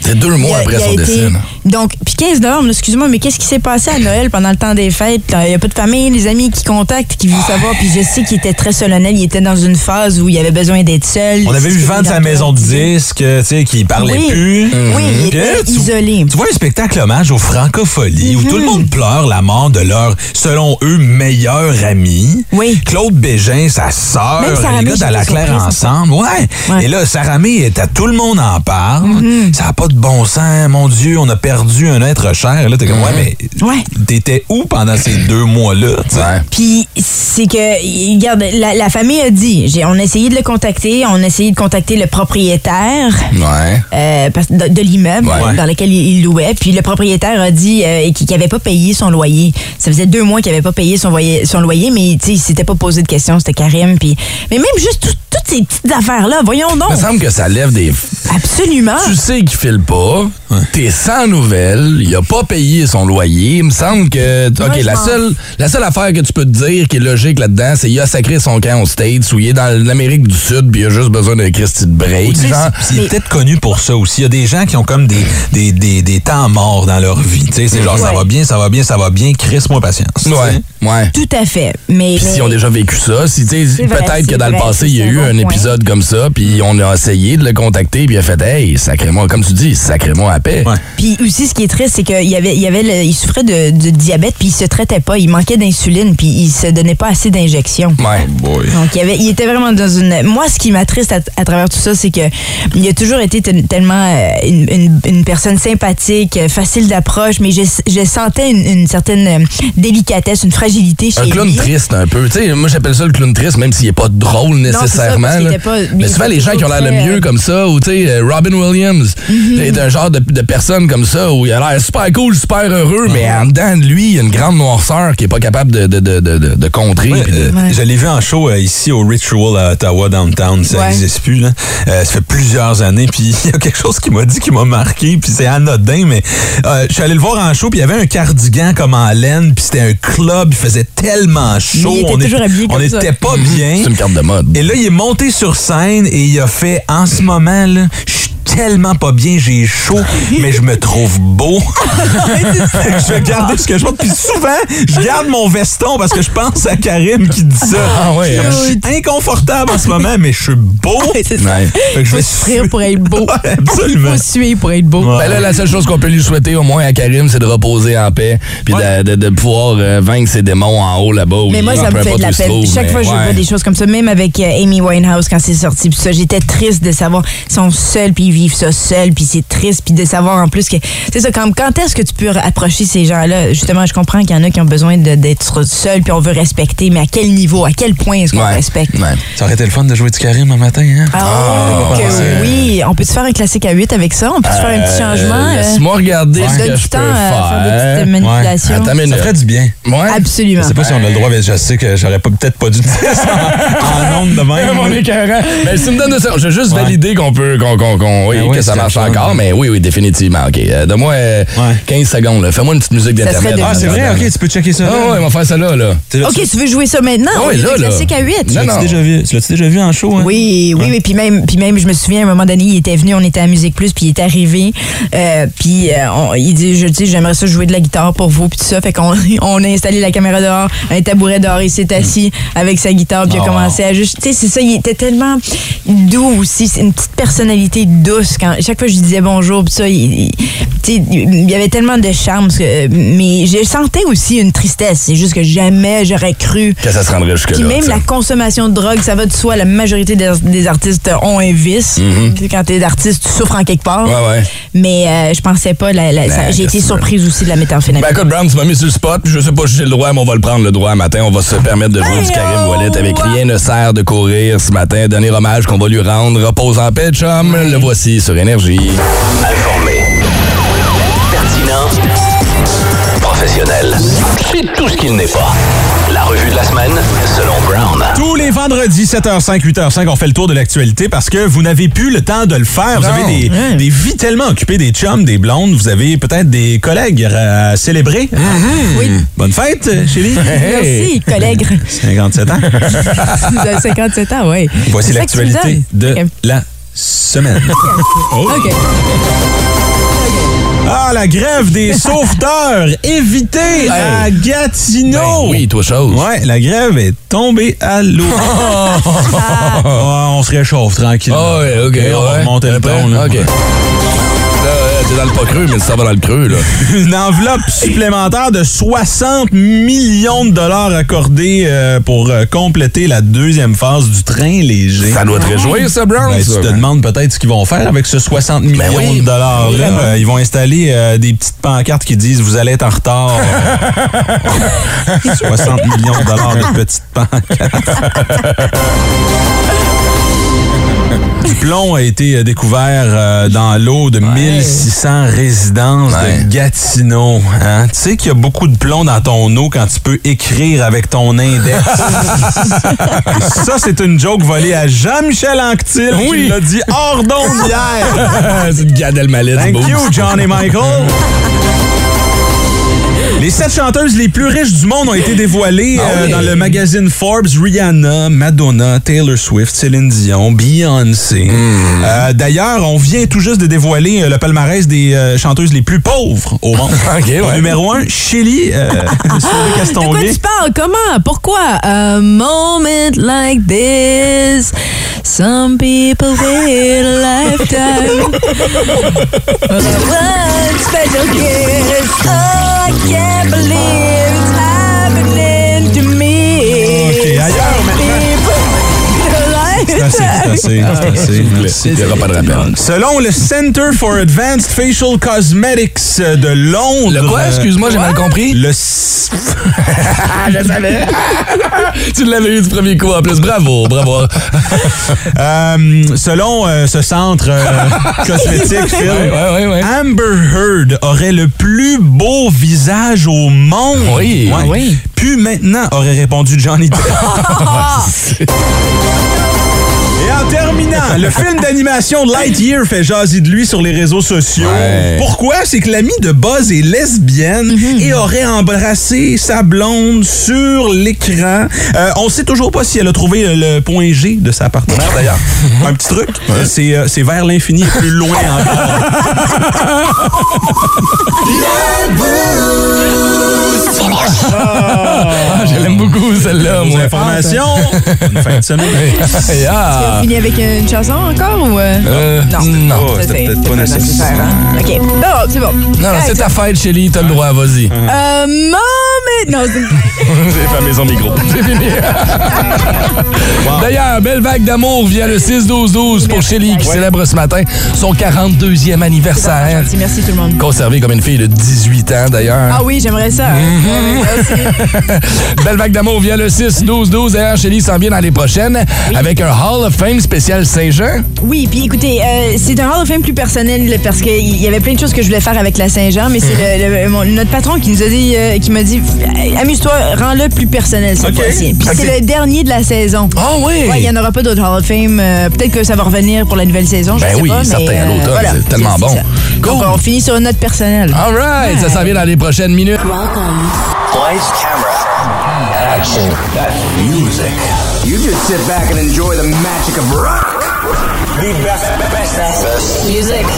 C: C'est deux mois
F: Il a-
C: après
F: il a
C: son
F: été-
C: décès. là.
F: Donc, puis 15 novembre, là, excuse-moi, mais qu'est-ce qui s'est passé à Noël pendant le temps des fêtes? Il n'y a pas de famille, les amis qui contactent, qui veulent savoir. Puis je sais qu'il était très solennel. Il était dans une phase où il avait besoin d'être seul.
G: On avait
F: Il
G: vu
F: s'était
G: vent de
F: mis
G: sa
F: dans
G: maison de
F: tout.
G: disques, tu sais, qui parlait
F: Oui.
G: plus.
C: Mm.
F: Oui, il
G: Puis là,
F: était
G: tu-
F: isolé.
G: Tu vois un spectacle hommage aux francopholies où
C: Mm-hmm.
G: tout le monde pleure la mort de leur, selon eux, meilleur ami.
F: Oui.
G: Claude Bégin, sa sœur,
F: Même Sarah
G: Ah, les
F: May,
G: gars
F: j'étais
G: de la Claire
F: surprise.
G: ensemble. Ouais.
F: Ouais.
G: Et là, Sarah May est à tout le monde en parle.
C: Mm-hmm.
G: Ça n'a pas de bon sens. Mon Dieu, on a perdu un être cher. Et là, t'es comme,
C: Mm-hmm.
G: ouais, mais
F: Ouais.
G: t'étais où pendant ces deux mois-là? tu sais?
C: Ouais.
F: Puis c'est que, il- regarde, la, la famille a dit, j'ai- on a essayé de le contacter, on a essayé de contacter le propriétaire.
C: Ouais.
G: Oh.
F: euh, parce- de, de l'immeuble
C: Ouais.
F: dans lequel il, il louait. Puis le propriétaire a dit euh, qu'il n'avait pas payé son loyer. Ça faisait deux mois qu'il n'avait pas payé son, loyer- son loyer, mais tu sais, il s'était pas posé de questions, c'était Karim. Puis... Mais même juste tout- toutes ces petites affaires-là, voyons donc.
C: Il me semble que ça lève des...
F: Absolument.
C: Tu sais qu'il file pas, t'es sans nouvelles, il a pas payé son loyer. Il me semble que... OK,
F: je
C: la,
F: pense.
C: seule, la seule affaire que tu peux te dire qui est logique là-dedans, c'est qu'il a sacré son camp aux States ou il est dans l'Amérique du Sud puis il a juste besoin d'un Christy de break.
G: Puis
C: genre.
G: c'est- c'est peut-être connu pour ça aussi. Il y a des gens qui ont comme des, des, des, des temps morts dans leur vie. Tu sais, c'est genre, ça va bien, ça va bien, ça va bien, crisse-moi patience. Tu sais.
C: Ouais, ouais.
F: Tout à fait. Mais,
C: Puis
F: mais-
C: s'ils ont déjà vécu ça, si, tu sais,
F: C'est vrai,
C: peut-être que
F: c'est
C: dans le
F: vrai,
C: passé,
F: c'est
C: il y a
F: un
C: eu
F: bon
C: un un épisode comme ça, puis on a essayé de le contacter, puis il a fait Hey, sacré-moi, comme tu dis, sacré-moi à paix.
G: Ouais.
F: Puis aussi, ce qui est triste, c'est qu'il y avait, il y avait le- il souffrait de, de diabète, puis il se traitait pas. Il manquait d'insuline, puis il se donnait pas assez d'injections.
C: Ouais.
F: Donc, il, y avait, il était vraiment dans une. Moi, ce qui m'attriste à, à travers tout ça, c'est que il a toujours été tel- tellement euh, une, une- une personne sympathique, euh, facile d'approche, mais je, je sentais une, une certaine euh, délicatesse, une fragilité chez
C: Un clown
F: lui.
C: triste un peu. Tu sais, moi j'appelle ça le clown triste, même s'il est pas drôle
F: ça, parce
C: nécessairement.
F: qu'il
C: là.
F: était pas- il
C: Mais
F: était
C: souvent les gens qui ont l'air le
F: toujours très,
C: mieux
F: euh, Mhm.
C: comme ça, ou tu sais, euh, Robin Williams est un genre de, de personne comme ça où il a l'air super cool, super heureux, mais
F: Mhm.
C: en dedans de lui, il y a une grande noirceur qui est pas capable de, de, de, de, de- de contrer.
G: Ouais,
C: puis de-
G: euh, Je l'ai vu en show euh, ici au Ritual à Ottawa, downtown. Ça
F: Ouais.
G: n'existe plus. Là. Euh, ça fait plusieurs années. Puis il y a quelque chose qui m'a dit qui m'a marqué. Puis c'est anodin, mais euh, je suis allé le voir en show. Puis il y avait un cardigan comme en laine. Puis c'était un club. Il faisait tellement chaud.
F: Mais il était
G: on
F: toujours habillé
G: on
F: comme ça.
G: n'était pas bien.
C: Mhm. C'est une carte de mode.
G: Et là, il est monté sur scène et il a fait en ce moment, là, je suis tellement pas bien, j'ai chaud, mais je me trouve beau. je vais garder ce que je porte. Puis souvent, je garde mon veston parce que je pense à Karim qui dit ça.
C: Ah ouais,
G: Je suis inconfortable en ce moment, mais je suis beau.
F: c'est ça.
C: Ouais.
G: Fait que je
F: Faut
G: vais
F: souffrir pour être beau.
G: Ouais, absolument.
F: Faut suer pour être beau.
G: Ouais.
C: Ben là, la seule chose qu'on peut lui souhaiter au moins à Karim, c'est de reposer en paix, puis
G: Ouais.
C: de, de- de pouvoir euh, vaincre ses démons en haut là-bas. où
F: Mais moi,
C: il-
F: ça
C: peu
F: me fait
C: importe
F: de
C: où
F: la
C: il se
F: peine.
C: trouve,
F: Chaque
C: mais
F: fois que je
C: ouais.
F: vois des choses comme ça, même avec euh, Amy Winehouse quand c'est sorti, puis ça, j'étais triste de savoir ils sont seuls, puis ils vivent ça seuls, puis c'est triste, puis de savoir en plus que. C'est ça, quand, quand est-ce que tu peux approcher ces gens-là? Justement, je comprends qu'il y en a qui ont besoin de- d'être seuls, puis on veut respecter, mais à quel niveau, à quel point est-ce qu'on
C: Ouais,
F: respecte?
C: ouais.
G: Ça aurait été le fun de jouer du Karim un matin, hein?
F: Ah, que oui! On peut se faire un classique à 8 avec ça? On peut se faire un petit changement?
C: Euh,
F: euh,
C: Laisse-moi regarder
F: ça
C: ce
F: donne
C: que
F: du
C: je
F: temps
C: peux
F: à faire des petites
C: faire.
F: manipulations.
C: Attends, mais
G: Ça ferait du bien.
C: Ouais.
F: Absolument.
G: Je sais pas si on a le droit, mais je sais que j'aurais pas- peut-être pas dû dire ça en, en ondes de
C: Ouais,
G: même.
C: mon écœurant. Mais Ben, si me donne de ça, je vais juste
G: Ouais.
C: valider qu'on peut, qu'on, qu'on, qu'on- oui,
G: Ben oui,
C: que ça
G: c'est
C: marche
G: le fun,
C: encore,
G: ouais.
C: mais oui, oui, définitivement. OK. Euh, donne-moi euh,
G: Ouais.
C: 15 secondes, là. Fais-moi une petite musique
F: serait
C: d'Internet.
F: de-
G: Ah, c'est vrai? OK, tu peux checker ça.
C: Ah,
G: là.
C: ouais, on va faire ça là, là.
G: T'es là,
F: OK,
G: tu-
F: tu veux jouer ça maintenant?
C: Ah oui,
F: au lieu
C: là,
F: du
C: là.
F: classique à 8?
C: Non,
G: Tu
C: non.
G: l'as-tu déjà vu? Tu l'as-tu déjà vu en show? hein?
F: Oui, oui, oui. Puis même, puis même, je me souviens, à un moment donné, il était venu, on était à Musique Plus, puis il est arrivé, euh, puis euh, on- il dit, je dis, j'aimerais ça jouer de la guitare pour vous, puis tout ça. Fait qu'on on a installé la caméra dehors, un tabouret dehors, il s'est assis avec sa guitare, puis il a
G: Oh,
F: commencé à juste, tu sais, c'est ça, il était tellement doux aussi, c'est une petite personnalité douce. Quand, chaque fois que je lui disais bonjour, puis ça, il, il- tu sais, il y avait tellement de charme, parce que- mais je sentais aussi une tristesse. C'est juste que jamais j'aurais cru
C: Que ça se rendrait jusque-là.
F: puis même
C: t'sais.
F: la consommation de drogue, ça va de soi. La majorité des, des artistes ont un vice. Quand t'es artiste, tu souffres en quelque part.
C: Mm-hmm. Ouais, ouais.
F: Mais euh, je pensais pas. la- la- ça-
C: Ben,
F: J'ai
C: qu'est-ce
F: été
C: que tu
F: surprise aussi de la
C: Ben
F: méthamphétamine.
C: écoute, Brown, tu m'as mis sur le spot, puis je sais pas si j'ai le droit, mais on va le prendre le droit matin. On va se permettre de jouer
F: Ben
C: du Karim
F: oh!
C: Wallet avec Rien ne sert de courir ce matin. Dernier hommage qu'on va lui rendre. Repose en paix, chum. Le voici sur Énergie.
A: Informé. Pertinent. Professionnel. C'est tout ce qu'il n'est pas. La revue de la semaine, selon Brown.
C: Euh,
G: Tous les vendredis, 7h05, 8h05, on fait le tour de l'actualité parce que vous n'avez plus le temps de le faire. Vous
C: Non.
G: avez des, des vies tellement occupées, des chums, des blondes. Vous avez peut-être des collègues à célébrer.
F: Oui.
G: Bonne fête, euh, chérie.
C: Ben,
F: Merci, collègue.
G: 57 ans.
F: Vous avez 57 ans, oui.
G: Voici
F: C'est ça que tu me
G: l'actualité de
F: donnes? Ok.
G: la semaine. Oh.
F: OK.
G: Ah, la grève des sauveteurs. Évitez à Gatineau.
C: Ben oui, toi, chose.
G: Ouais, la grève est tombée à l'eau. Ah, on se réchauffe tranquille.
C: Ah ouais, ok.
G: Et on va
C: ouais.
G: remonter le
C: Après,
G: ton. Là.
C: Ok. Là, euh, t'es dans le pas creux, mais ça va dans le creux, là.
G: Une enveloppe supplémentaire de 60 millions de dollars accordés euh, pour euh, compléter la deuxième phase du train léger.
C: Ça doit te réjouir, ça, Brown.
G: Ben, tu
C: ça.
G: te demandes peut-être ce qu'ils vont faire avec ce 60 millions
C: Ben oui,
G: de dollars-là. Euh, ils vont installer euh, des petites pancartes qui disent « Vous allez être en retard. Euh, 60 millions de dollars de petites pancartes. Du plomb a été euh, découvert euh, dans l'eau de 1600 résidences
C: Ouais.
G: de Gatineau. hein. Tu sais qu'il y a beaucoup de plomb dans ton eau quand tu peux écrire avec ton index. Ça, c'est une joke volée à Jean-Michel Anctil qui l'a dit hors d'onde hier.
C: C'est une Gad Elmaleh du
G: Thank
C: boost.
G: you, Johnny Michael. Les sept chanteuses les plus riches du monde ont été dévoilées
C: Ah
G: euh,
C: oui.
G: dans le magazine Forbes. Rihanna, Madonna, Taylor Swift, Céline Dion, Beyoncé. Euh, D'ailleurs, on vient tout juste de dévoiler euh, le palmarès des euh, chanteuses les plus pauvres au monde.
C: Ok, ouais.
G: Au Numéro un, Shelly, euh, Sophie
F: De quoi
G: Castonguay.
F: tu parles? Comment? Pourquoi? A moment like this.
J: Some people wait a lifetime. One special kiss. Oh, I can't believe it's happening to me.
G: Ok, ailleurs
J: Some people-
G: C'est assez, c'est assez, c'est assez. Merci.
C: Il n'y aura pas de rappel.
G: Selon le Center for Advanced Facial Cosmetics euh, de Londres.
C: Le quoi?
G: euh,
C: Excuse-moi, j'ai mal compris.
G: Le. s-
C: je savais. tu l'avais eu du premier coup en plus. Bravo, bravo.
G: euh, selon euh, ce centre euh, cosmétique, Phil,
C: Ouais, ouais, ouais.
G: Amber Heard aurait le plus beau visage au monde.
C: Oui. Ah oui.
G: Puis maintenant, aurait répondu Johnny Depp. Et en terminant, le film d'animation Lightyear fait jaser de lui sur les réseaux sociaux.
C: Ouais. Mm-hmm.
G: Pourquoi? C'est que l'amie de Buzz est lesbienne et aurait embrassé sa blonde sur l'écran. Euh, on sait toujours pas si elle a trouvé le, le point G de sa partenaire, d'ailleurs. Un petit truc, c'est euh, c'est vers l'infini et plus loin encore.
C: Ah, je l'aime beaucoup, celle-là,
G: Pour
C: moi. Ah, ben.
G: l'information, bonne fin de semaine.
C: Hey, ah.
J: On finit avec une chanson encore ou. euh?
C: Euh, non.
G: Oh,
J: Ça,
G: c'était
J: c'est-
G: peut-être pas nécessaire.
J: hein? OK. Bon, c'est bon.
C: Non, non, c'est ta fête, Chélie, t'as le droit, vas-y.
J: Euh, non, mais. Non, c'est.
C: J'ai fait maison micro. C'est fini. D'ailleurs, belle vague d'amour via le 6-12-12 pour Chélie qui célèbre ce matin son 42e anniversaire.
J: Merci, merci tout le monde.
C: Conservée comme une fille de 18 ans d'ailleurs.
J: Ah oui, j'aimerais ça.
C: Hein?
J: Ouais, ouais, merci.
C: Belle vague d'amour via le 6-12-12. D'ailleurs, Chélie s'en vient dans les prochaines avec un Hall of Fame spécial Saint-Jean.
J: Oui, puis écoutez, euh, c'est un Hall of Fame plus personnel là, parce qu'il y avait plein de choses que je voulais faire avec la Saint-Jean, mais c'est
C: Hein?
J: le- le- mon- notre patron qui nous a dit, euh, qui m'a dit, amuse-toi, rends-le plus personnel cette
G: Ok.
J: fois-ci. Puis c'est le dernier de la saison.
G: Ah
C: Oh oui!
J: Ouais, il n'y en aura pas d'autres Hall of Fame. Euh, Peut-être que ça va revenir pour la nouvelle saison.
C: Ben
J: je sais
C: oui,
J: pas, mais,
C: certain, à
J: euh,
C: l'automne,
J: voilà.
C: c'est tellement bon.
J: ça. Donc,
C: Cool.
J: on finit sur une note personnelle.
C: All right, ça s'en vient dans les prochaines minutes.
K: Lights, camera, action. That's music. You just sit back and enjoy the magic of rock. The best, best, best.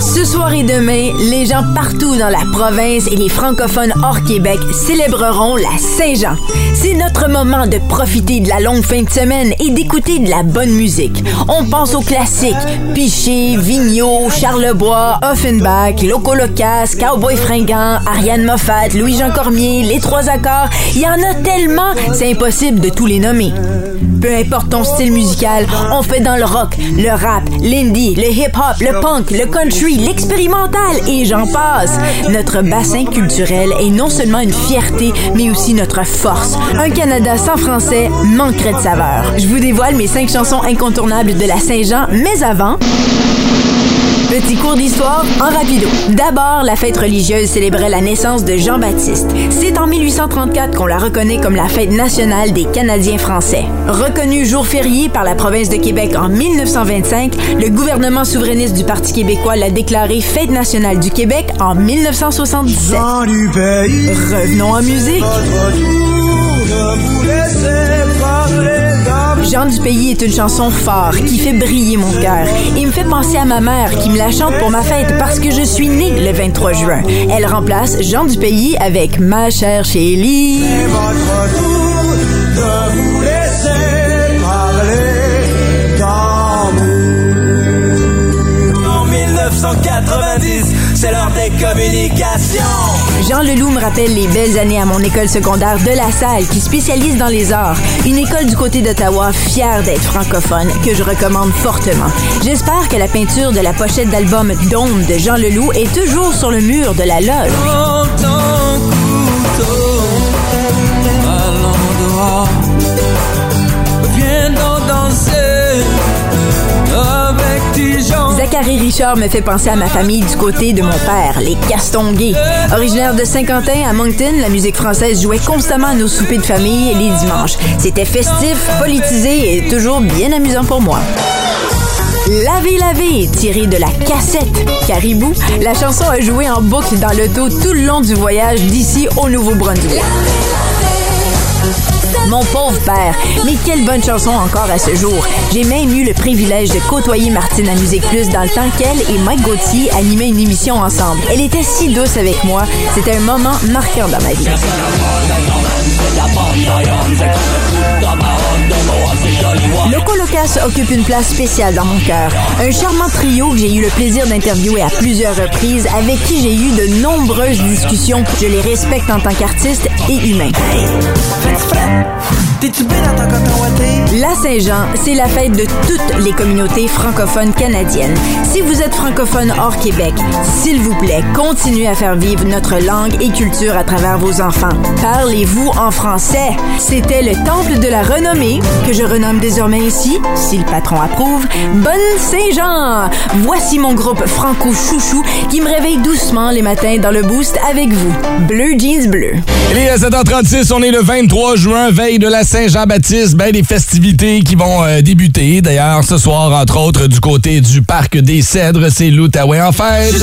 F: Ce soir et demain, les gens partout dans la province et les francophones hors Québec célébreront la Saint-Jean. C'est notre moment de profiter de la longue fin de semaine et d'écouter de la bonne musique. On pense aux classiques Piché, Vigneault, Charlebois, Offenbach, Loco Locas, Cowboy Fringant, Ariane Moffat, Louis-Jean Cormier, Les Trois Accords. Il y en a tellement, c'est impossible de tous les nommer. Peu importe ton style musical, on fait dans le rock, le rap, l'indie, le hip-hop, le punk, le country, l'expérimental et j'en passe. Notre bassin culturel est non seulement une fierté, mais aussi notre force. Un Canada sans français manquerait de saveur. Je vous dévoile mes cinq chansons incontournables de la Saint-Jean, mais avant... Petit cours d'histoire en rapido. D'abord, la fête religieuse célébrait la naissance de Jean-Baptiste. C'est en 1834 qu'on la reconnaît comme la fête nationale des Canadiens français. Reconnu jour férié par la province de Québec en 1925, le gouvernement souverainiste du Parti québécois l'a déclarée fête nationale du Québec en 1977. Revenons en musique. Jean du pays est une chanson phare qui fait briller mon cœur et me fait penser à ma mère qui me la chante pour ma fête parce que je suis née le 23 juin. Elle remplace Jean du pays avec ma chère Chélie.
K: En 1990, c'est l'heure des communications.
F: Jean Leloup me rappelle les belles années à mon école secondaire de La Salle, qui spécialise dans les arts. Une école du côté d'Ottawa fière d'être francophone, que je recommande fortement. J'espère que la peinture de la pochette d'album Dôme de Jean Leloup est toujours sur le mur de la loge. Zachary Richard me fait penser à ma famille du côté de mon père, les Castonguay. Originaire de Saint-Quentin, à Moncton, la musique française jouait constamment à nos soupers de famille les dimanches. C'était festif, politisé et toujours bien amusant pour moi. Laver, laver, tiré de la cassette Caribou, la chanson a joué en boucle dans le dos tout le long du voyage d'ici au Nouveau-Brunswick. Mon pauvre père, mais quelle bonne chanson encore à ce jour. J'ai même eu le privilège de côtoyer Martine à Musique Plus dans le temps qu'elle et Mike Gauthier animaient une émission ensemble. Elle était si douce avec moi, c'était un moment marquant dans ma vie. podcast occupe une place spéciale dans mon cœur. Un charmant trio que j'ai eu le plaisir d'interviewer à plusieurs reprises, avec qui j'ai eu de nombreuses discussions. Je les respecte en tant qu'artiste et humain. La Saint-Jean, c'est la fête de toutes les communautés francophones canadiennes. Si vous êtes francophone hors Québec, s'il vous plaît, continuez à faire vivre notre langue et culture à travers vos enfants. Parlez-vous en français. C'était le temple de la renommée, que je renomme désormais ici, si le patron approuve, Bonne Saint-Jean. Voici mon groupe franco-chouchou qui me réveille doucement les matins dans le boost avec vous. Bleu Jeans Bleu.
C: Il est à 7h36, on est le 23 juin, veille de la Saint-Jean-Baptiste, ben des festivités qui vont euh, débuter. D'ailleurs, ce soir, entre autres, du côté du Parc des Cèdres, c'est l'Outaouais en fête.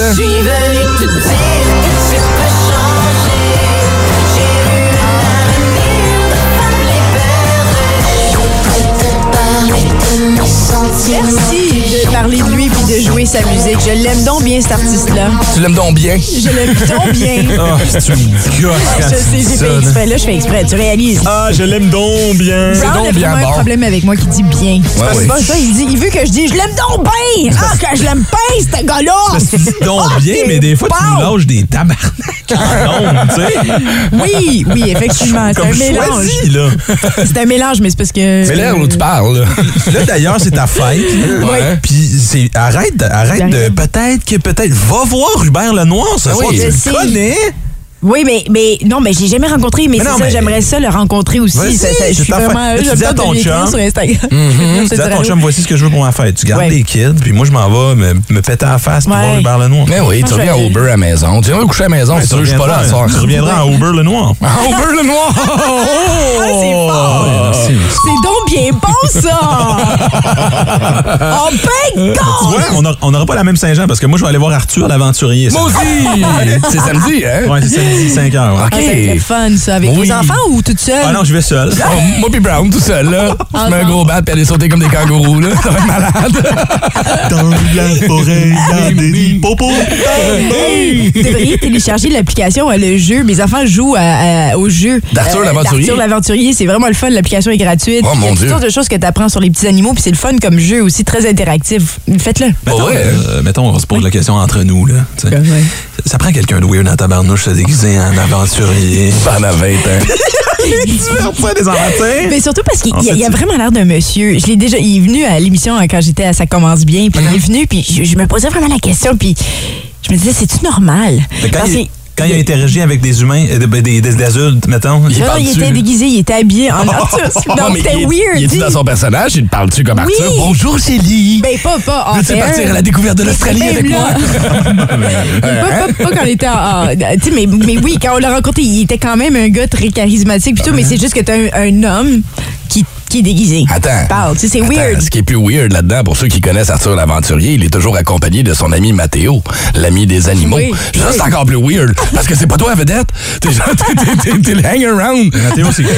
F: Merci de parler de lui puis de jouer sa musique. Je l'aime donc bien, cet artiste-là.
C: Tu l'aimes donc bien?
F: Je l'aime donc bien. Ah,
G: Ah, tu me gosses quand
F: Je
G: tu
F: sais,
G: dis
F: j'ai
G: ça,
F: fait exprès.
G: là.
F: Là, je fais exprès. Tu réalises.
G: Ah, je l'aime donc bien.
F: Brown
C: donc
F: a
C: bien
F: vraiment
C: bon.
F: un problème avec moi qui dit bien. C'est parce que
C: ouais.
F: bon, ça, il dit, il veut que je dise je l'aime donc bien. Ah, que je l'aime bien, ce gars-là.
G: Parce que tu dis donc
F: Ah,
G: bien,
F: c'est
G: mais des fois, tu
F: bon.
G: nous lâches des tabarnak en ondes, tu sais.
F: Oui, oui, effectivement. C'est un
G: Comme
F: mélange.
G: choisi, là.
F: C'est un mélange, mais c'est parce que.
C: Mais là, où tu parles, là.
G: Là, d'ailleurs, c'est ta fête.
C: Ouais.
G: Puis c'est arrête, de- arrête de.
F: Derrière.
G: Peut-être que peut-être. Va voir Hubert Lenoir ce soir.
C: oui,
G: tu
F: je
G: le
F: sais.
G: connais.
F: Oui, mais, mais non, mais j'ai jamais rencontré, mais,
G: Mais
F: c'est
G: non,
F: ça,
G: mais-
F: j'aimerais ça le rencontrer aussi.
G: Vas-y,
F: Ça- ça- je
G: c'est
F: suis
G: ta fête.
F: vraiment.
G: Là, tu
F: j'aime
G: dis à
F: ça
G: ton
F: de lui écrire
G: chum.
F: sur Instagram. Je te
G: Tu dis à
F: dirais,
G: ton chum, voici ce que je veux pour ma fête. Tu gardes
F: Ouais.
G: les kids, puis moi, je m'en vais me, me péter en face pour
F: Ouais.
G: voir Hubert Lenoir.
C: Mais oui, tu reviens à Uber à la maison. Tu viens coucher à la maison si tu veux, je suis pas là à soir.
G: Tu reviendras en Uber Lenoir.
C: Ah, Uber le noir!
G: Oh!
F: Ah, c'est fort! C'est donc bien bon, ça! Oh, ben, En pain
G: Tu vois, on a- on n'aura pas la même Saint-Jean parce que moi, je vais aller voir Arthur l'aventurier.
C: Moi
G: samedi.
C: aussi! C'est samedi, hein?
G: Ouais, c'est samedi 5 h.
C: OK.
F: Ah, ça serait le fun, ça, avec
C: Oui.
F: vos enfants ou toute seule?
G: Ah non, je vais seul.
C: Oh, moi pis Brown tout seul, là.
F: Ah,
C: Je mets un gros bat puis aller sauter comme des kangourous, là. Ça va être malade.
G: Dans la forêt, dans des hippopos.
F: Ben, Hey, Vous devriez télécharger l'application, euh, le jeu. Mes enfants jouent à- à- au jeu. Euh,
C: D'Arthur l'aventurier.
F: D'Arthur l'aventurier, c'est vraiment le fun. L'application est gratuite.
C: Oh,
F: Il y a
C: mon
F: toutes
C: Dieu.
F: sortes de choses que tu apprends sur les petits animaux, puis c'est le fun comme jeu aussi, très interactif. Faites-le.
G: Mettons,
C: Ouais.
G: euh, mettons, on se pose la question entre nous. Là, tu sais.
F: Ouais.
G: Ça- Ça prend quelqu'un de weird dans ta barnouche se déguiser en aventurier.
C: T'en avais, hein.
G: des
F: Mais surtout parce qu'il
G: En
F: il a,
G: fait,
F: il a
G: tu-
F: vraiment l'air d'un monsieur. Je l'ai déjà, il est venu à l'émission hein, quand j'étais à Ça commence bien, puis il est venu, puis je, je me posais vraiment la question, puis je me disais, c'est-tu normal?
G: Quand,
F: Parce
G: il,
F: que-
G: quand il a interagi avec des humains, euh, des, des- des adultes, mettons, il
F: Non, non,
G: parle
F: il était déguisé, il était habillé en Arthur.
C: Ah,
F: Non,
C: mais
F: c'était
C: il est-
F: weird.
C: Il est-tu
F: dis.
C: dans son personnage? Il parle-tu comme Arthur?
F: Oui.
C: Bonjour, Chélie!
F: Ben, pas, pas en
C: Veux-tu
F: fait,
C: partir à la découverte de l'Australie
F: même
C: avec
F: là.
C: moi?
F: pas, pas- pas quand on était en. en- tu sais, mais, mais oui, quand on l'a rencontré, il était quand même un gars très charismatique, pis tout, mais c'est juste que t'as un, un homme qui, qui est déguisé.
C: Attends.
F: Qui Parle, tu sais, c'est
C: Attends,
F: weird.
C: Ce qui est plus weird là-dedans, pour ceux qui connaissent Arthur l'aventurier, il est toujours accompagné de son ami Mathéo, l'ami des animaux.
F: Oui.
C: Ça, c'est encore plus weird, parce que c'est pas toi la vedette. T'es genre, t'es- t'es- t'es- t'es le hang-around.
G: Mathéo, c'est qui?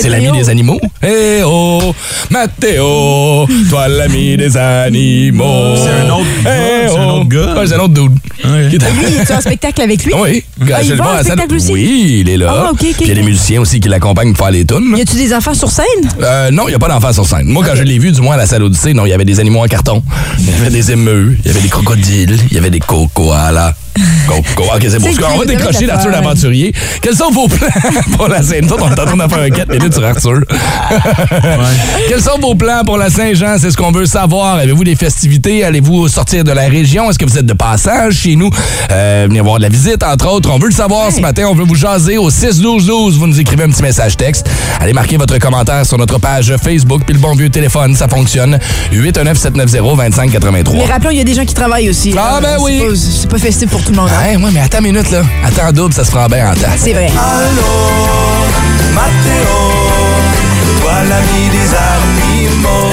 C: C'est l'ami
F: Mathéo.
C: des animaux. Eh oh, Mathéo, toi l'ami des animaux.
G: C'est un autre gars,
C: Eh
G: c'est un autre gars.
C: Ouais, c'est un autre dude.
G: Ouais.
C: Qui est-
F: Lui, il est en spectacle avec lui?
C: Oui,
F: Ah, il
C: absolument,
F: va en
C: à la scène.
F: spectacle aussi?
C: Oui, il est là.
F: Ah, ok, ok,
C: Puis il y a des
F: ok.
C: musiciens aussi qui l'accompagnent pour faire les tunes. là.
F: Y a-tu des enfants sur scène?
C: Euh, non, il n'y a pas d'enfants sur scène. Moi, quand je l'ai vu, du moins à la salle Odyssée, non, il y avait des animaux en carton. Il y avait des émeus, il y avait des crocodiles, il y avait des cocoalas. Coco. Ok, c'est beau.
F: C'est
C: Scott, On va
F: cute,
C: décrocher
F: c'est
C: d'Arthur
F: fun.
C: l'aventurier. Quels sont vos plans pour la Saint-Jean? On est en train de faire un 4 minutes sur Arthur. Quels sont vos plans pour la Saint-Jean? C'est ce qu'on veut savoir. Avez-vous des festivités? Allez-vous sortir de la région? Est-ce que vous êtes de passage chez nous? Euh, venez voir de la visite, entre autres. On veut le savoir ce matin. On veut vous jaser au 6-12-12. Vous nous écrivez un petit message texte. Allez marquer votre commentaire sur notre page Facebook. Puis le bon vieux téléphone, ça fonctionne. 819-790-2583.
F: Mais rappelons, il y a des gens qui travaillent aussi. là.
C: Ah, ben
F: C'est
C: oui.
F: pas- C'est pas festif pour tout le monde. hein.
C: Hein, ouais, mais attends une minute, là. Attends double, ça se fera bien en temps.
F: C'est vrai.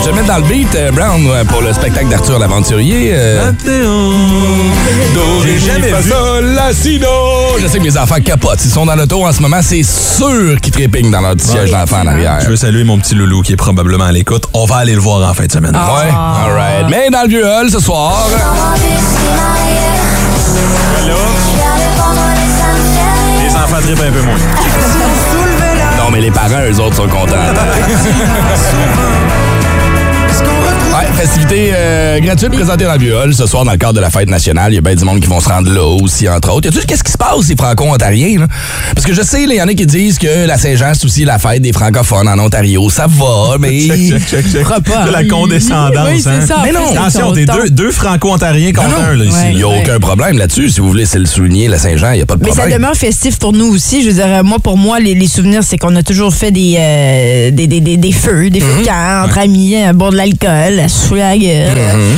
C: Je vais mettre dans le beat, euh, Brown, euh, pour le spectacle d'Arthur l'aventurier. euh, Oh,
G: J'ai jamais vu.
C: Je sais que mes enfants capotent. Ils sont dans l'auto en ce moment. C'est sûr qu'ils trépignent dans leur petit siège d'enfant en arrière.
G: Je veux saluer mon petit loulou qui est probablement à l'écoute. On va aller le voir en fin de semaine.
C: Ouais, all right. Mais dans le vieux hall ce soir,
G: Les enfants trippent un peu moins.
C: non mais les parents, eux autres, sont contents.
K: Est-ce qu'on
C: festivités euh, gratuites présentées dans le vieux hall ce soir dans le cadre de la fête nationale. Il y a bien du monde qui vont se rendre là aussi, entre autres. Y a-tu- Qu'est-ce qui se passe, ces franco-ontariens? là? Parce que je sais, il y en a qui disent que la Saint-Jean, c'est aussi la fête des francophones en Ontario. Ça va, mais...
G: Check, check, check. De la condescendance.
C: Oui, c'est
G: hein.
C: ça. En
G: Mais
C: plus,
G: non,
C: c'est
G: attention,
C: ton
G: t'es
C: ton.
G: deux, deux franco-ontariens
C: Non,
G: contre un, là,
C: non,
G: ici.
C: il n'y a aucun problème là-dessus. Si vous voulez, c'est le souligner, la Saint-Jean, il n'y a pas de
F: Mais
C: problème.
F: ça demeure festif pour nous aussi. Je veux dire, euh, moi, pour moi, les, les souvenirs, c'est qu'on a toujours fait des, euh, des, des, des, des feux, des feux de camp, entre amis, à boire de l'alcool, à se fouler la gueule.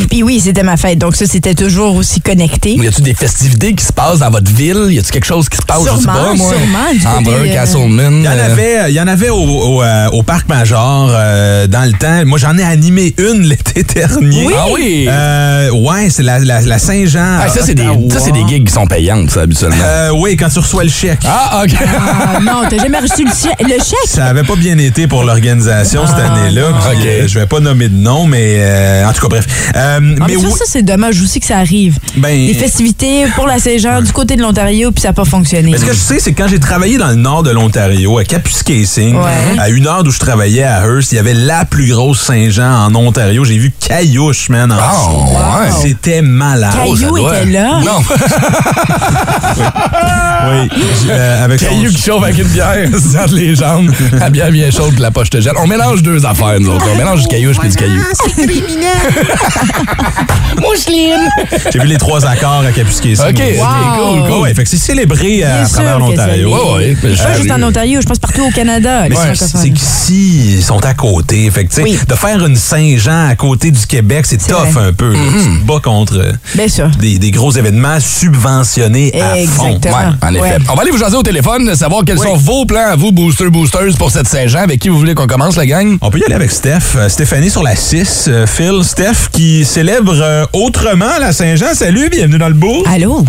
F: Puis oui, c'était ma fête. Donc ça, c'était toujours aussi connecté.
C: Y a-tu des festivités qui se passent dans votre ville? Y a-tu quelque chose qui se passe? je sais
F: Sûrement,
C: pas, moi.
F: sûrement, du côté,
C: Amber,
F: euh,
C: Castleman.
G: Il y en
C: euh,
G: avait, il y en avait au, au, euh, au Parc Major euh, dans le temps. Moi, j'en ai animé une l'été dernier.
C: Oui? Ah oui?
G: Euh, ouais, c'est la, la, la Saint-Jean.
C: Ah, ça, c'est des, ça, c'est des gigs qui sont payantes, ça, habituellement.
G: Euh, oui, quand tu reçois le chèque.
C: Ah, OK.
F: Ah, non, t'as jamais reçu le, chè- le chèque.
G: Ça avait pas bien été pour l'organisation cette
F: Ah,
G: année-là. puis,
C: OK.
G: euh, je vais pas nommer de nom, mais euh, en tout cas, bref. Euh,
F: Ah, mais,
G: mais
F: ça,
G: oui-
F: ça, c'est dommage aussi que ça arrive.
G: Ben-
F: Des festivités pour la Saint-Jean du côté de l'Ontario, puis ça n'a pas fonctionné.
G: Mais ce que je sais, c'est que quand j'ai travaillé dans le nord de l'Ontario, à Kapuskasing,
F: Ouais.
G: à une heure d'où je travaillais à Hearst, il y avait la plus grosse Saint-Jean en Ontario. J'ai vu Caillouche, man. en dessous.
C: ouais.
G: C'était malade.
F: Ah,
G: Oh,
F: Caillou
C: doit.
F: était là.
C: Non,
G: Oui. Euh, avec son-
C: caillou qui chauffe avec une bière, c'est entre les jambes. La bière bien chaude, puis la poche te gèle. On mélange deux affaires, nous autres. On mélange du caillou et du caillou.
G: J'ai vu les trois accords à
C: OK,
G: Kapuskasing.
C: ok, cool, cool.
G: Ouais, fait que c'est célébré euh, à
F: Bien sûr
G: travers
F: que ça l'est.
G: l'Ontario.
C: Ouais, ouais. Oh, mais
F: Pas juste en
C: sérieux.
F: Ontario, je pense partout au Canada.
G: Mais
F: les
G: c'est-
F: francophones.
G: c'est qu'ici, ils sont à côté. Fait que, tu sais,
F: Oui.
G: de faire une Saint-Jean à côté du Québec, c'est tough
F: vrai. Ben
G: un peu. là. Tu te bats contre euh,
F: Bien sûr.
G: des, des gros événements subventionnés à fond.
F: Exactement.
C: Ouais, en effet.
F: Ouais.
C: On va aller vous jaser au téléphone, savoir quels sont vos plans à vous, boosters, boosters, pour cette Saint-Jean. Avec qui vous voulez qu'on commence, la gang?
G: On peut y aller avec Steph. Euh, Stéphanie sur la 6. euh, Phil, Steph qui célèbre euh, autrement la Saint-Jean. Salut, bienvenue dans le bourg.
F: Allô?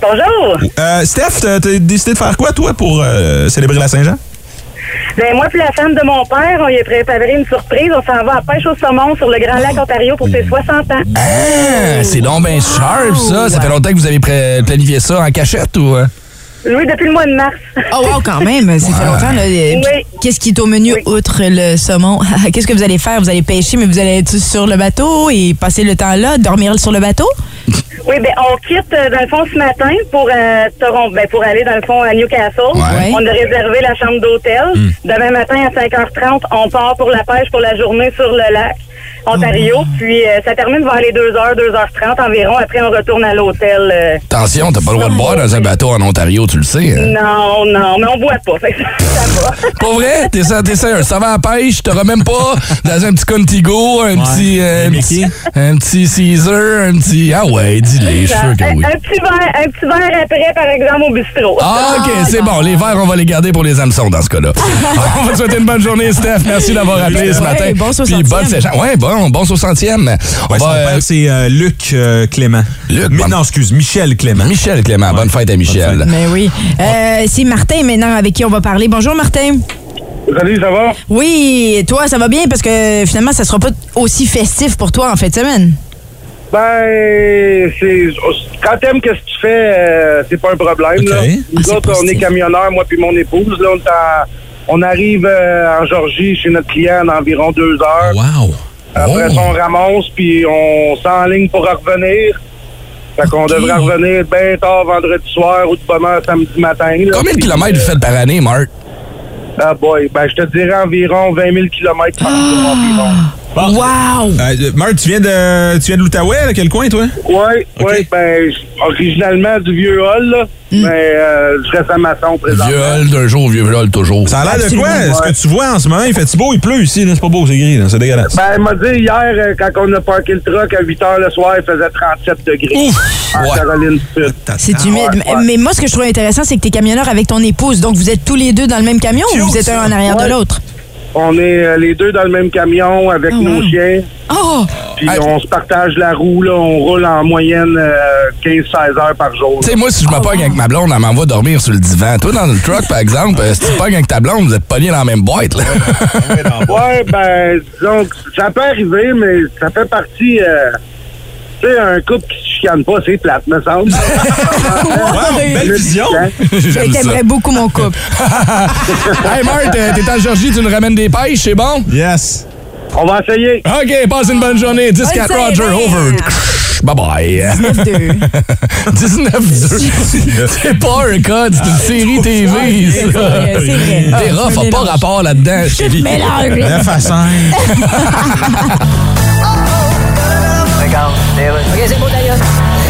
L: Bonjour!
G: Euh, Steph, t'as t'as décidé de faire quoi, toi, pour euh, célébrer la Saint-Jean?
L: Ben, moi puis la femme de mon père, on lui a préparé une surprise. On s'en va à pêche au saumon sur le Grand Lac Ontario pour ses 60 ans.
C: Ah, c'est donc bien sharp, ça. Ça fait longtemps que vous avez pré- planifié ça en cachette ou... euh?
L: Oui, depuis le mois de mars.
F: Oh wow, quand même, ça fait longtemps. là.
L: Oui.
F: Qu'est-ce qui est au menu
L: Oui.
F: outre le saumon? Qu'est-ce que vous allez faire? Vous allez pêcher, mais vous allez être sur le bateau et passer le temps là, dormir sur le bateau?
L: Oui, ben, on quitte, euh, dans le fond, ce matin pour euh, Toronto, ben, pour aller, dans le fond, à Newcastle.
F: Ouais.
L: On a réservé la chambre d'hôtel. Demain matin, à 5h30, on part pour la pêche pour la journée sur le lac Ontario. Puis, euh, ça termine vers les 2h, 2h30 environ. Après, on retourne à l'hôtel. euh.
C: Attention, t'as pas le droit de boire dans un bateau en Ontario, tu le sais. hein?
L: Non, non, mais on boit pas. Fait que ça va.
C: Pas vrai? T'es ça, t'es ça, un savant à pêche, t'auras même pas dans un petit Contigo, un petit, euh,
G: un
C: un, petit
G: Mickey.
C: un petit Caesar, un petit. Ah ouais, dis-les, je suis sûr que oui.
L: Euh, Un, un petit verre, un petit verre après, par exemple, au bistrot.
C: Ah, ok, c'est bon. Les verres, on va les garder pour les hameçons dans ce cas-là. on va te souhaiter une bonne journée, Steph. Merci d'avoir appelé ce
F: Ouais,
C: matin.
F: bon
C: Puis
F: 60e.
C: bonne séchance. Ouais, bon, bon 60e. On
G: Ouais, son
C: va, euh,
G: père, c'est euh, Luc euh, Clément.
C: Luc,
G: Mais,
C: bon-
G: non, excuse, Michel Clément.
C: Michel Clément, bonne fête à Michel.
F: Mais Ben oui. Euh, c'est Martin maintenant avec qui on va parler. Bonjour Martin.
I: Salut, ça va?
F: Oui, toi, ça va bien parce que finalement, ça sera pas aussi festif pour toi en fin de semaine.
I: Ben, c'est quand t'aimes qu'est-ce que tu fais, euh, c'est pas un problème.
G: Ok.
I: Là.
G: Ah,
I: Nous
F: c'est
I: autres, on
F: positif.
I: est camionneurs, moi puis mon épouse. Là, on, est en- on arrive euh, en Georgie chez notre client en environ deux heures.
G: Wow.
I: Après,
G: Oh.
I: ça, on ramasse puis on s'enligne pour revenir. Fait qu'on
F: Ok.
I: devrait revenir bien tard vendredi soir ou de bonne heure samedi matin. là.
C: Combien de
I: Puis,
C: kilomètres vous faites par année, Marc?
I: Ah boy, ben je te dirais environ 20 000 kilomètres par jour environ.
F: Wow!
G: Euh, Marc, tu viens de tu viens de l'Outaouais, à quel coin, toi?
I: Oui,
G: Ok.
I: oui, ben, j- originalement du vieux hall, là, mais euh, je reste à maçon présentement.
C: Hmm. Vieux hall d'un jour, vieux hall toujours.
G: Ça a l'air de quoi?
I: Absolument,
G: Ce
I: ouais.
G: que tu vois en ce moment, il fait-tu beau? Il pleut ici, là. c'est pas beau, c'est gris, là. c'est dégueulasse.
I: Ben, elle m'a dit hier, euh, quand on a parké le truck à 8 h le soir, il faisait 37 degrés.
C: Ouf!
I: En
C: Ouais.
I: Caroline du Sud.
F: C'est humide.
I: ouais,
F: Mais-
I: ouais.
F: Mais moi, ce que je trouve intéressant, c'est que t'es camionneur avec ton épouse. Donc, vous êtes tous les deux dans le même camion
G: Cute,
F: ou vous êtes un
G: ça.
F: en arrière de
I: Ouais.
F: l'autre?
I: On est euh, les deux dans le même camion avec
F: Ah,
I: nos
F: wow.
I: chiens,
F: Oh!
I: puis
C: Ah.
I: on se partage la roue, là, on roule en moyenne euh, 15-16 heures par jour.
C: Tu sais, moi, si je me
K: Ah,
C: pogne avec ma blonde, elle m'envoie dormir sur le divan. Toi, dans le truck, par exemple, euh, si tu te pognes avec ta blonde, vous êtes pognés dans la même boîte, là. Ah,
I: Ouais, ben, disons que ça peut arriver, mais ça fait partie. euh, tu sais, un couple qui se chicane pas, c'est plate, me semble.
G: Wow, belle vision!
C: Ben, J'aime ça.
F: J'aimerais beaucoup mon couple.
C: hey, Marc, euh, t'es en Georgie, tu nous ramènes des pêches, c'est bon?
G: Yes!
I: On va essayer.
C: OK, passe une bonne journée. 10-4
I: On
C: Roger,
I: essaye.
C: over. Bye bye. 19-2. 19-2. C'est pas un code, c'est une série
K: c'est
C: TV,
K: vrai, c'est vrai.
C: ça.
K: Ah,
C: Des
K: je
C: rafs
K: me
C: pas
K: mélange.
C: rapport là-dedans, chérie.
K: mélange. Neuf à cinq.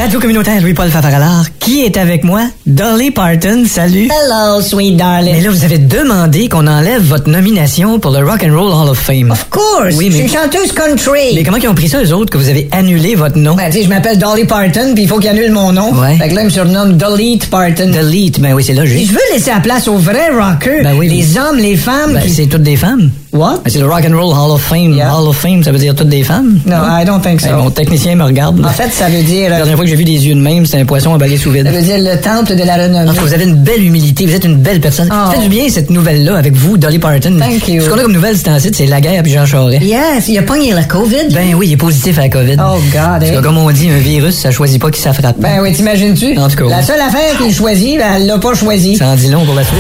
M: Radio communautaire Louis-Paul Favaralard, qui est avec moi? Dolly Parton, salut. Hello, sweet darling. Mais là, vous avez demandé qu'on enlève votre nomination pour le Rock and Roll Hall of Fame. Of course,
N: je suis une chanteuse country.
M: Mais comment ils ont pris ça, eux autres, que vous avez annulé votre nom?
N: Ben, tu sais, je m'appelle Dolly Parton, puis il faut qu'il annule mon nom.
M: Ouais.
N: Fait que là, il me surnomme Delete Parton.
M: Delete, ben oui, c'est
N: Puis
M: logique.
N: je veux laisser la place aux vrais rockers.
M: Ben oui,
N: les
M: mais-
N: hommes, les femmes.
M: Ben,
N: qui-
M: c'est toutes des femmes.
N: What?
M: Ben, c'est le Rock and Roll Hall of Fame. Hall of Fame, ça veut dire toutes des femmes?
N: No, I don't think so.
M: Ben, mon technicien me regarde.
N: En fait, ça veut dire. euh,
M: La dernière fois que j'ai vu des yeux de même, c'est un poisson emballé sous vide.
N: Ça veut dire le temple de la renommée.
M: En tout cas, vous avez une belle humilité, vous êtes une belle personne.
N: Oh.
M: Faites du bien cette nouvelle-là avec vous, Dolly Parton.
N: Thank you.
M: Ce qu'on a comme nouvelle, c'est un site, c'est la guerre puis Jean Charest.
N: Yes, il a pogné la COVID.
M: Ben oui, il est positif à la COVID.
N: Oh, God,
M: Parce que
N: eh.
M: comme on dit, un virus, ça choisit pas qui ça frappe.
N: Ben oui, t'imagines-tu?
M: En tout cas,
N: La
M: oui.
N: seule affaire qu'il choisit, ben, elle l'a pas choisie.
M: ça en dit long pour la suite.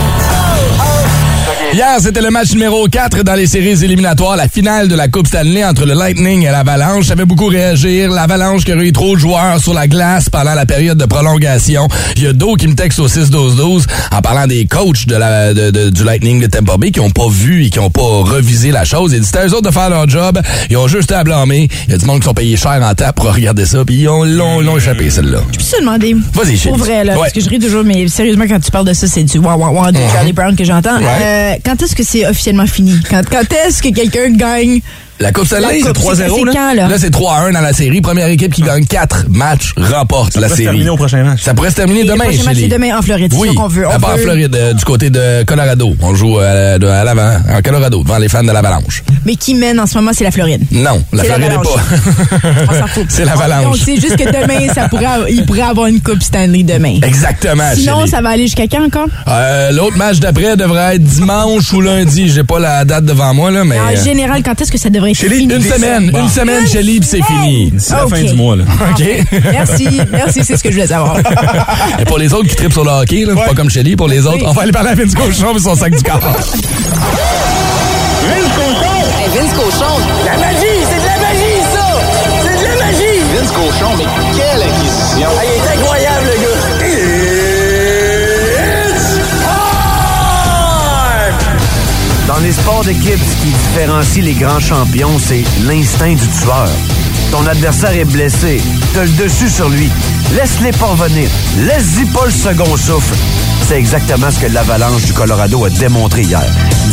C: Hier, c'était le match numéro 4 dans les séries éliminatoires, la finale de la Coupe Stanley entre le Lightning et l'Avalanche. Ça fait beaucoup réagir. L'Avalanche qui a eu trop de joueurs sur la glace pendant la période de prolongation. Il y a Do qui me texte au 6-12-12 en parlant des coachs de la, de- de- du Lightning de Tampa Bay qui ont pas vu et qui ont pas revisé la chose. Il dit, c'était eux autres de faire leur job. Ils ont juste à blâmer. Il y a du monde qui sont payés cher en tape pour regarder ça. Puis ils ont, l'ont, l'ont échappé, celle-là.
F: Je peux te demander.
C: Vas-y,
F: Pour
C: chérie.
F: vrai, là,
C: Ouais. Mhm.
F: parce que je ris toujours, mais sérieusement, quand tu parles de ça, c'est du wah wah wah de Charlie Brown que j'entends.
C: Ouais.
F: Euh, quand est-ce que c'est officiellement fini? Quand, quand est-ce que quelqu'un gagne?
C: La Coupe
F: La
C: Stanley,
F: Coupe,
C: c'est 3-0.
F: c'est quand, là?
C: c'est 3-1 dans la série. Première équipe qui gagne 4 matchs remporte la
G: pourrait se
C: série.
G: terminer au prochain match.
C: Ça pourrait se terminer
F: Et le
C: demain,
F: prochain match,
C: Shelley.
F: c'est demain en Floride.
C: Oui,
F: C'est ça qu'on veut. On
C: Ah, bah, en
F: veut-
C: Floride, euh, du côté de Colorado. On joue à, de- à l'avant, en Colorado, devant les fans de l'Avalanche.
F: Mais qui mène en ce moment, c'est la Floride.
C: Non, la
F: C'est
C: Floride n'est
F: l'Avalanche.
C: pas.
F: On s'en fout.
C: C'est
F: On
C: l'Avalanche.
F: sait juste que demain, ça pourrait, il pourrait avoir une Coupe Stanley demain.
C: Exactement,
F: Sinon,
C: Shelley.
F: ça va aller jusqu'à quand encore?
C: Euh, L'autre match d'après devrait être dimanche ou lundi. J'ai pas la date devant moi, là, mais.
F: En
C: euh,
F: général, quand est-ce que ça devrait être
C: Shelley,
F: Ah, fini?
C: une semaine, une semaine, Shelley, puis c'est fini.
F: C'est la fin Ok. du mois,
C: là. OK.
F: Merci, merci, c'est ce que je voulais savoir.
C: Et pour les autres qui tripent sur le hockey, là, pas comme Shelly, pour les autres, on va aller parler à Vince Cochon et son sac du corps.
K: Vince Cochon! Vince Cochon! La magie! C'est de la magie, ça! C'est de la magie! Vince Cochon, mais quelle acquisition! Ah, il est incroyable, le gars! It's
O: Dans les sports d'équipe, ce qui différencie les grands champions, c'est l'instinct du tueur. Ton adversaire est blessé, t'as le dessus sur lui. Laisse-les parvenir. Laisse-y pas le second souffle. C'est exactement ce que l'Avalanche du Colorado a démontré hier.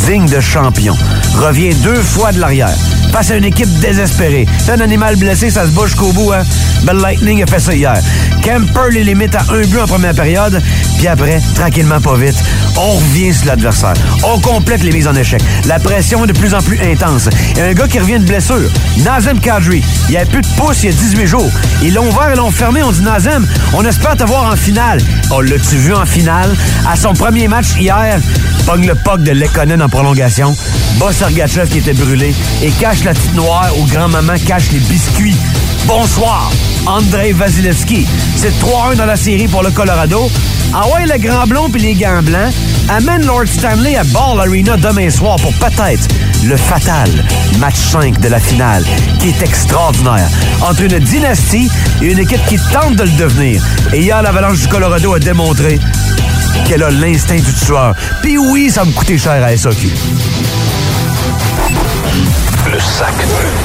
O: Digne de champion. Revient deux fois de l'arrière. Face à une équipe désespérée. C'est un animal blessé, ça se bat jusqu'au bout, hein? Ben, le Lightning a fait ça hier. Kemper les limite à un but en première période, puis après, tranquillement, pas vite, on revient sur l'adversaire. On complète les mises en échec. La pression est de plus en plus intense. Il y a un gars qui revient de blessure. Nazem Kadri. Il n'y a plus de pouce il y a 18 jours. Ils l'ont ouvert et l'ont fermé. On dit Nazem, on espère te voir en finale. On l'a-tu vu en finale? À son premier match hier, pogne le puck de Lekonen en prolongation. Boss Sergachev qui était brûlé et cache la petite noire où grand-maman cache les biscuits. Bonsoir, Andrei Vasilevski. C'est 3-1 dans la série pour le Colorado. Ah ouais, le grand blond puis les gants blancs amène Lord Stanley à Ball Arena demain soir pour peut-être le fatal match 5 de la finale, qui est extraordinaire. Entre une dynastie et une équipe qui tente de le devenir. Et hier, l'Avalanche du Colorado a démontré qu'elle a l'instinct du tueur. Puis oui, ça me coûtait cher à SOQ.
K: Le sac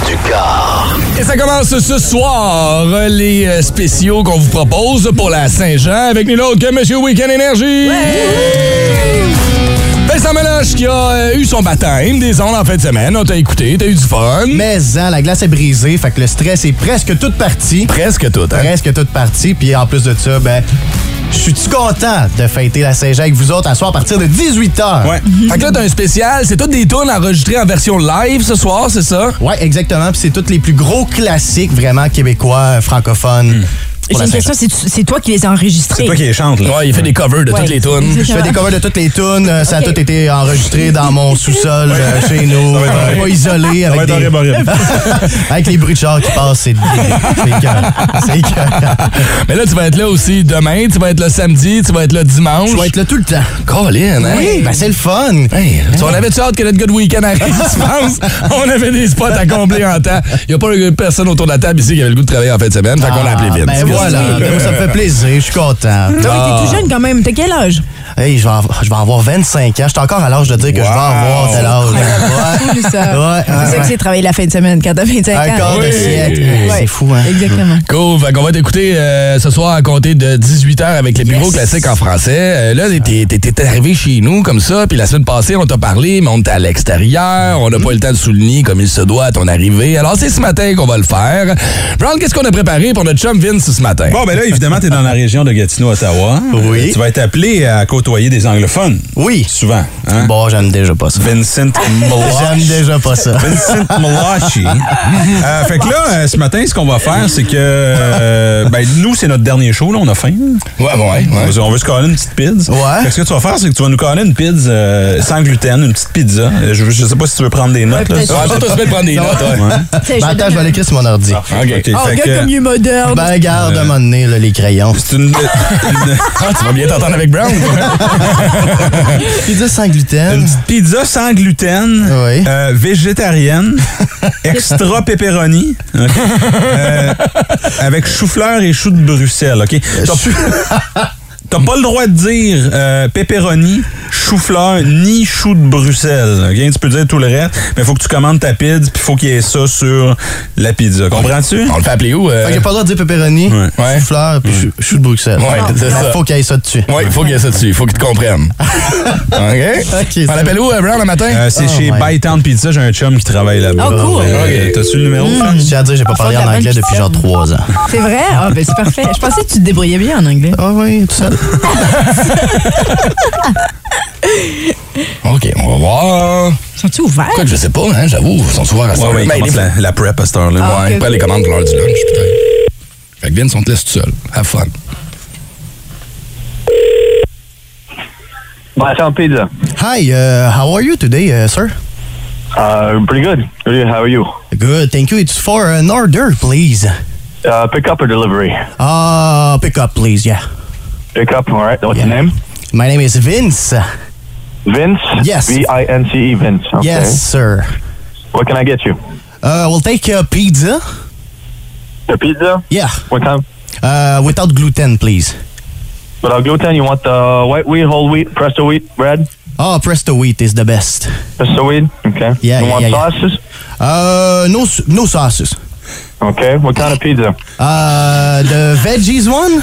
K: du car.
C: Et ça commence ce soir, euh, les euh, spéciaux qu'on vous propose pour la Saint-Jean avec nul autre que Monsieur Weekend Énergie. Vincent Meloche qui a euh, eu son baptême des ondes en fin de semaine. On t'a écouté, t'as eu du fun.
P: Mais hein, la glace est brisée, fait que le stress est presque toute partie.
C: Presque toute, hein?
P: Presque toute partie. Puis en plus de ça, ben, je suis content de fêter la Saint-Jean avec vous autres à soir à partir de 18h.
C: Ouais. Fait que là, t'as un spécial, c'est toutes des tunes enregistrées en version live ce soir, c'est ça? Hmm.
P: Ouais, exactement. Puis c'est tous les plus gros classiques vraiment québécois, euh, francophones.
F: J'ai une question, c'est tu- c'est toi qui les as enregistrés.
P: Ouais,
C: il fait des covers de
F: Ouais.
C: toutes les tunes.
P: Je fais des covers de toutes les tunes. euh, Ça a tout été enregistré dans mon sous-sol euh, chez nous.
G: Ça va être
P: Pas
G: horrible.
P: isolé
G: Ça va
P: avec
G: être
P: des...
G: horrible, horrible.
P: avec les bruits de char qui passent. C'est c'est écœurant. C'est écœurant.
C: Mais là, tu vas être là aussi demain, tu vas être là samedi, tu vas être là dimanche. Tu vas être
P: là tout le temps.
C: Colin, hein?
P: Oui, ben c'est le fun.
C: Hey, tu- on avait hâte que notre good week-end arrive, tu penses? On avait des spots à combler en temps. Il n'y a pas eu personne autour de la table ici qui avait le goût de travailler en fin de semaine, fait qu'on l'a appelé vite.
P: Ben voilà, Ben, moi, ça me fait plaisir, je suis content.
F: Non, mais t'es tout jeune quand même. T'as quel âge?
P: Hey, je vais, avoir, je vais avoir 25 ans. Je suis encore à l'âge de dire que je vais avoir de l'âge.
F: C'est cool, ça.
P: Ouais, ouais,
F: c'est ça que
P: ouais.
F: c'est travailler la fin de semaine quand t'as 25 ans.
P: Un quart de siècle. C'est fou, hein?
F: Exactement.
C: Cool, fait qu'on va t'écouter euh, ce soir à compter de 18h avec les plus gros classiques en français. Euh, là, t'es- t'es t'es arrivé chez nous comme ça, puis la semaine passée, on t'a parlé, mais on était à l'extérieur, on n'a pas eu le temps de souligner comme il se doit à ton arrivée. Alors, c'est ce matin qu'on va le faire. Brown, qu'est-ce qu'on a préparé pour notre chum Vince ce matin?
G: Bon, ben là, évidemment, tu es dans la région de Gatineau, Ottawa.
P: Oui.
G: Tu vas être appelé à côtoyer des anglophones.
P: Oui.
G: Souvent. Hein?
P: Bon, j'aime déjà pas ça.
G: Vincent
P: J'aime
G: Moloch.
P: déjà pas ça.
G: Vincent Malachi. Euh, fait que là, euh, ce matin, ce qu'on va faire, c'est que. euh, ben, nous, c'est notre dernier show, là, on a faim.
C: Ouais, ouais,
G: On veut, on veut se coller une petite pizza. Ouais. ce que tu vas faire, c'est que tu vas nous coller une pizza euh, sans gluten, une petite pizza. Euh, Je, je sais pas si tu veux prendre des notes. là.
P: peut-être
G: Ça,
P: pas.
G: je sais
P: Toi, tu
C: veux prendre des
G: Ouais.
C: notes, ouais.
G: Ouais.
F: Tiens,
P: Ben,
F: je
P: attends, je vais l'écrire sur mon ordi.
G: OK.
P: Ah,
F: Oh,
G: fait
F: gars,
G: que- euh,
F: comme il est moderne.
P: Ben, regarde, à un moment donné, là, les crayons.
G: C'est une.
C: Ah, tu vas bien t'entendre avec Brown.
P: Pizza sans gluten.
G: Une petite pizza sans gluten, euh, végétarienne, extra pepperoni, hein, ok, euh, avec chou-fleur et chou de Bruxelles. Ok, T'as- T'as pas le droit de dire euh, pepperoni, chou-fleur, ni chou de Bruxelles. ok? Tu peux dire tout le reste, mais faut que tu commandes ta pizza, puis faut qu'il y ait ça sur la pizza. Comprends-tu?
C: On le fait appeler où? euh?
P: Fait que j'ai pas le droit de dire pepperoni, fleur, puis chou- chou de Bruxelles.
C: Ouais, c'est ça.
P: Faut qu'il y ait ça dessus.
C: Ouais, il faut qu'il y ait ça dessus, il faut qu'ils te comprennent. OK?
P: OK,
C: On
P: ça-
C: l'appelle où, euh, Brown, le matin?
G: Euh, c'est
P: Oh
G: chez Bytown Pizza, j'ai un chum qui travaille là-bas.
F: Oh, cool.
G: Euh, T'as-tu le numéro?
P: Je tiens à dire, j'ai pas parlé en anglais depuis genre trois ans.
F: C'est vrai? Ah, ben c'est parfait. Je pensais que tu te débrouillais bien en anglais.
P: Ah oui, tout seul.
C: OK, on va voir.
F: Sont-ils ouverts?
C: Quoi que je sais pas, hein, j'avoue, ils sont souvent Ben, à
G: Ouais, ouais, ils commencent la, la prep à cette heure-là.
C: ouais,
F: Ah,
G: Ouais.
C: ils prennent les commandes de l'heure du lunch, peut-être. Fait que Vince, on te laisse tout seul. Have fun.
Q: Bytown Pizza.
P: Hi, uh, how are you today, uh, sir?
Q: Uh, pretty good. Really, How are you?
P: Good, thank you. It's for an order, please.
Q: Uh, pick up or delivery?
P: Uh, pick up, please, yeah.
Q: Pick up, all right. What's your name?
P: My name is Vince.
Q: Vince?
P: Yes.
Q: V-I-N-C-E, E, Vince. Okay.
P: Yes, sir.
Q: What can I get you?
P: Uh, we'll take a pizza.
Q: The pizza?
P: Yeah.
Q: What time?
P: Uh, without gluten, please.
Q: Without uh, gluten, you want the white wheat, whole wheat, presto wheat, bread?
F: Ah,
P: Oh, presto wheat is the best.
Q: Presto wheat? Okay.
P: Yeah,
Q: you
P: yeah,
Q: want
P: yeah, yeah.
Q: sauces?
P: Uh, no, s- no sauces.
Q: Okay. What kind of pizza?
P: Uh, the veggies one.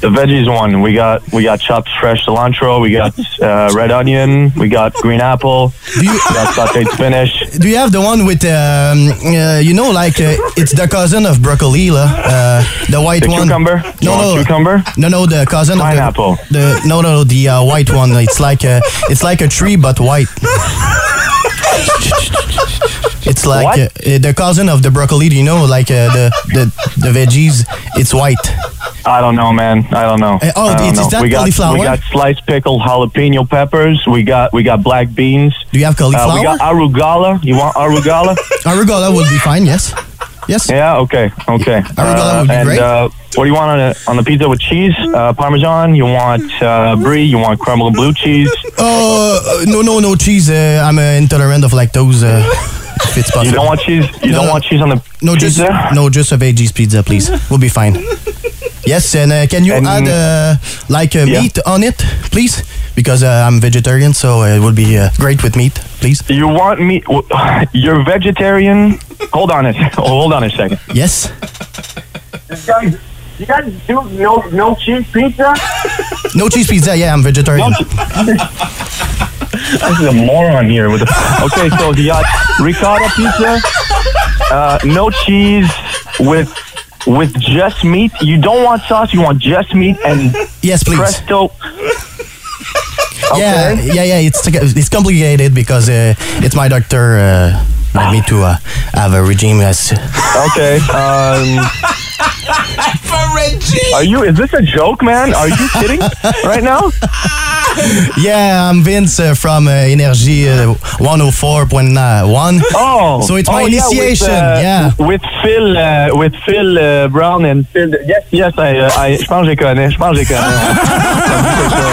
Q: The veggies one. We got we got chopped fresh cilantro. We got uh, red onion. We got green apple. we got sautéed spinach.
P: Do you have the one with um, uh, you know, like uh, it's the cousin of broccoli, la, uh, the white
Q: The
P: one.
Q: cucumber? You want
P: No, no,
Q: cucumber.
P: No, no, the cousin
Q: Pineapple.
P: of the, the no, no, no, the uh, white one. It's like a, it's like a tree but white. It's like uh, uh, the cousin of the broccoli. You know, like uh, the, the the veggies. It's white.
Q: I don't know, man. I don't know.
P: Eh, oh,
Q: I don't
P: it's-
Q: know.
P: is that
Q: we got,
P: cauliflower?
Q: We got sliced pickled jalapeno peppers. We got we got black beans.
P: Do you have
Q: Uh, we
P: cauliflower?
Q: got arugula. You want arugula?
P: Arugula will be fine. Yes. Yes.
Q: yeah. Okay. Okay.
P: Arugula would be
Q: and
P: great.
Q: Uh, what do you want on a, on the pizza with cheese? Uh, Parmesan. You want uh, brie? You want crumbled blue cheese?
P: Oh uh, no, no, no cheese. Uh, I'm uh, intolerant of lactose. Uh, if it's possible.
Q: You don't want cheese? You
P: No,
Q: don't
P: no.
Q: want cheese on the
P: No, just
Q: pizza?
P: no, just a veggies pizza, please. We'll be fine. Yes, and uh, can you add uh, like uh, meat on it, please? Because uh, I'm vegetarian, so uh, it would be uh, great with meat, please.
Q: You want meat? You're vegetarian. Hold on a oh, hold on a second.
P: Yes.
R: You guys do no no cheese pizza?
P: No cheese pizza. Yeah, I'm vegetarian.
Q: This is a moron here. With the, okay, so you got ricotta pizza, uh, no cheese with with just meat. You don't want sauce. You want just meat and
P: yes, please.
Q: Presto.
P: Yeah, yeah, yeah. It's it's complicated because uh, it's my doctor uh, wanted me to uh, have a regime as
Q: Okay. Um, red cheese. Are you? Is this a joke, man? Are you kidding right now?
P: Yeah, I'm Vince uh, from uh, Energy uh, 104.1.
Q: Oh,
P: So it's
Q: oh,
P: my initiation. Yeah.
Q: Yeah, with, uh, with Phil, uh, with Phil uh, Brown and Phil. Yes, yes, I, uh, I, je pense que je les connais. Je pense que je les connais.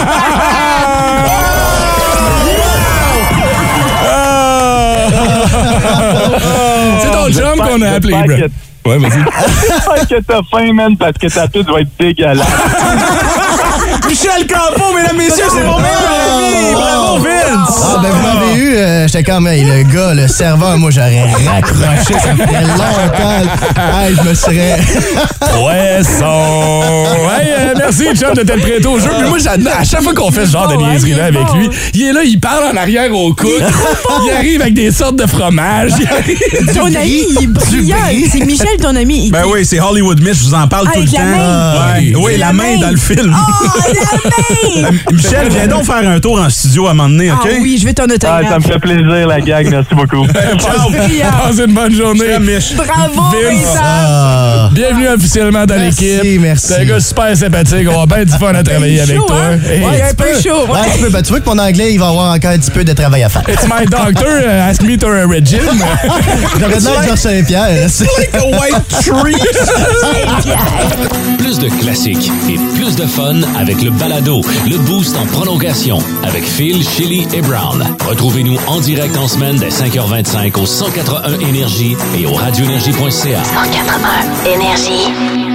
C: C'est ton
Q: J'espère-
C: chum qu'on a appelé, bro.
Q: j'espère
C: Ouais, vas-y.
Q: J'espère que t'as faim, man, parce que ta pute va être dégueulasse.
G: Michel Campo, mesdames, messieurs, c'est mon meilleur ami. Bravo, Vince.
P: Ah, ben vous m'avez eu, euh, j'étais comme, hey, le gars, le serveur, moi j'aurais
C: Oh,
P: raccroché, ça me fait longtemps. Hey, je me serais.
C: Poisson! Hey, euh, merci, chum, de t'être prêté au jeu. Puis moi, j'adore, à chaque fois qu'on fait ce genre de
F: hein,
C: niaiserie-là avec lui, il est là, il parle en arrière au coude. Il arrive avec des sortes de fromages. Il arrive-
F: Ton
C: Du
F: ami,
C: riz.
F: il brille. C'est Michel, ton ami. il
G: Ben
F: brille.
G: oui, c'est Hollywood Mitch, je vous en parle
F: Ah,
G: tout le
F: avec
G: temps.
F: la main.
G: Ouais.
F: Avec
G: Oui,
F: la
G: la main
F: main. Ah,
G: dans le film. Michel, viens donc faire un tour en studio à un moment donné, OK?
F: Ah oui, je vais ton autographe.
Q: ça me fait plaisir, la gang. Merci beaucoup.
G: Ciao.
C: Passez Ah, une bonne journée.
F: Bravo,
C: Vince.
F: Vincent.
C: Bienvenue officiellement dans
P: Merci,
C: l'équipe.
P: merci.
C: C'est un gars super sympathique. On va bien du fun à travailler avec
F: chaud,
C: toi.
F: hein?
C: Hey,
F: Ouais, un peu chaud.
P: Ouais, tu, peux, ben, tu vois que mon anglais, il va avoir encore un petit peu de travail à faire.
C: It's my doctor. uh, Ask me to a regime.
P: J'aurais dû être Georges Saint-Pierre.
A: Plus de classiques et plus de fun avec le balado, le boost en prolongation avec Phil, Chili et Brown. Retrouvez-nous en direct en semaine dès 5h25 au 181 Énergie et au radioénergie.ca.
B: 181 Énergie.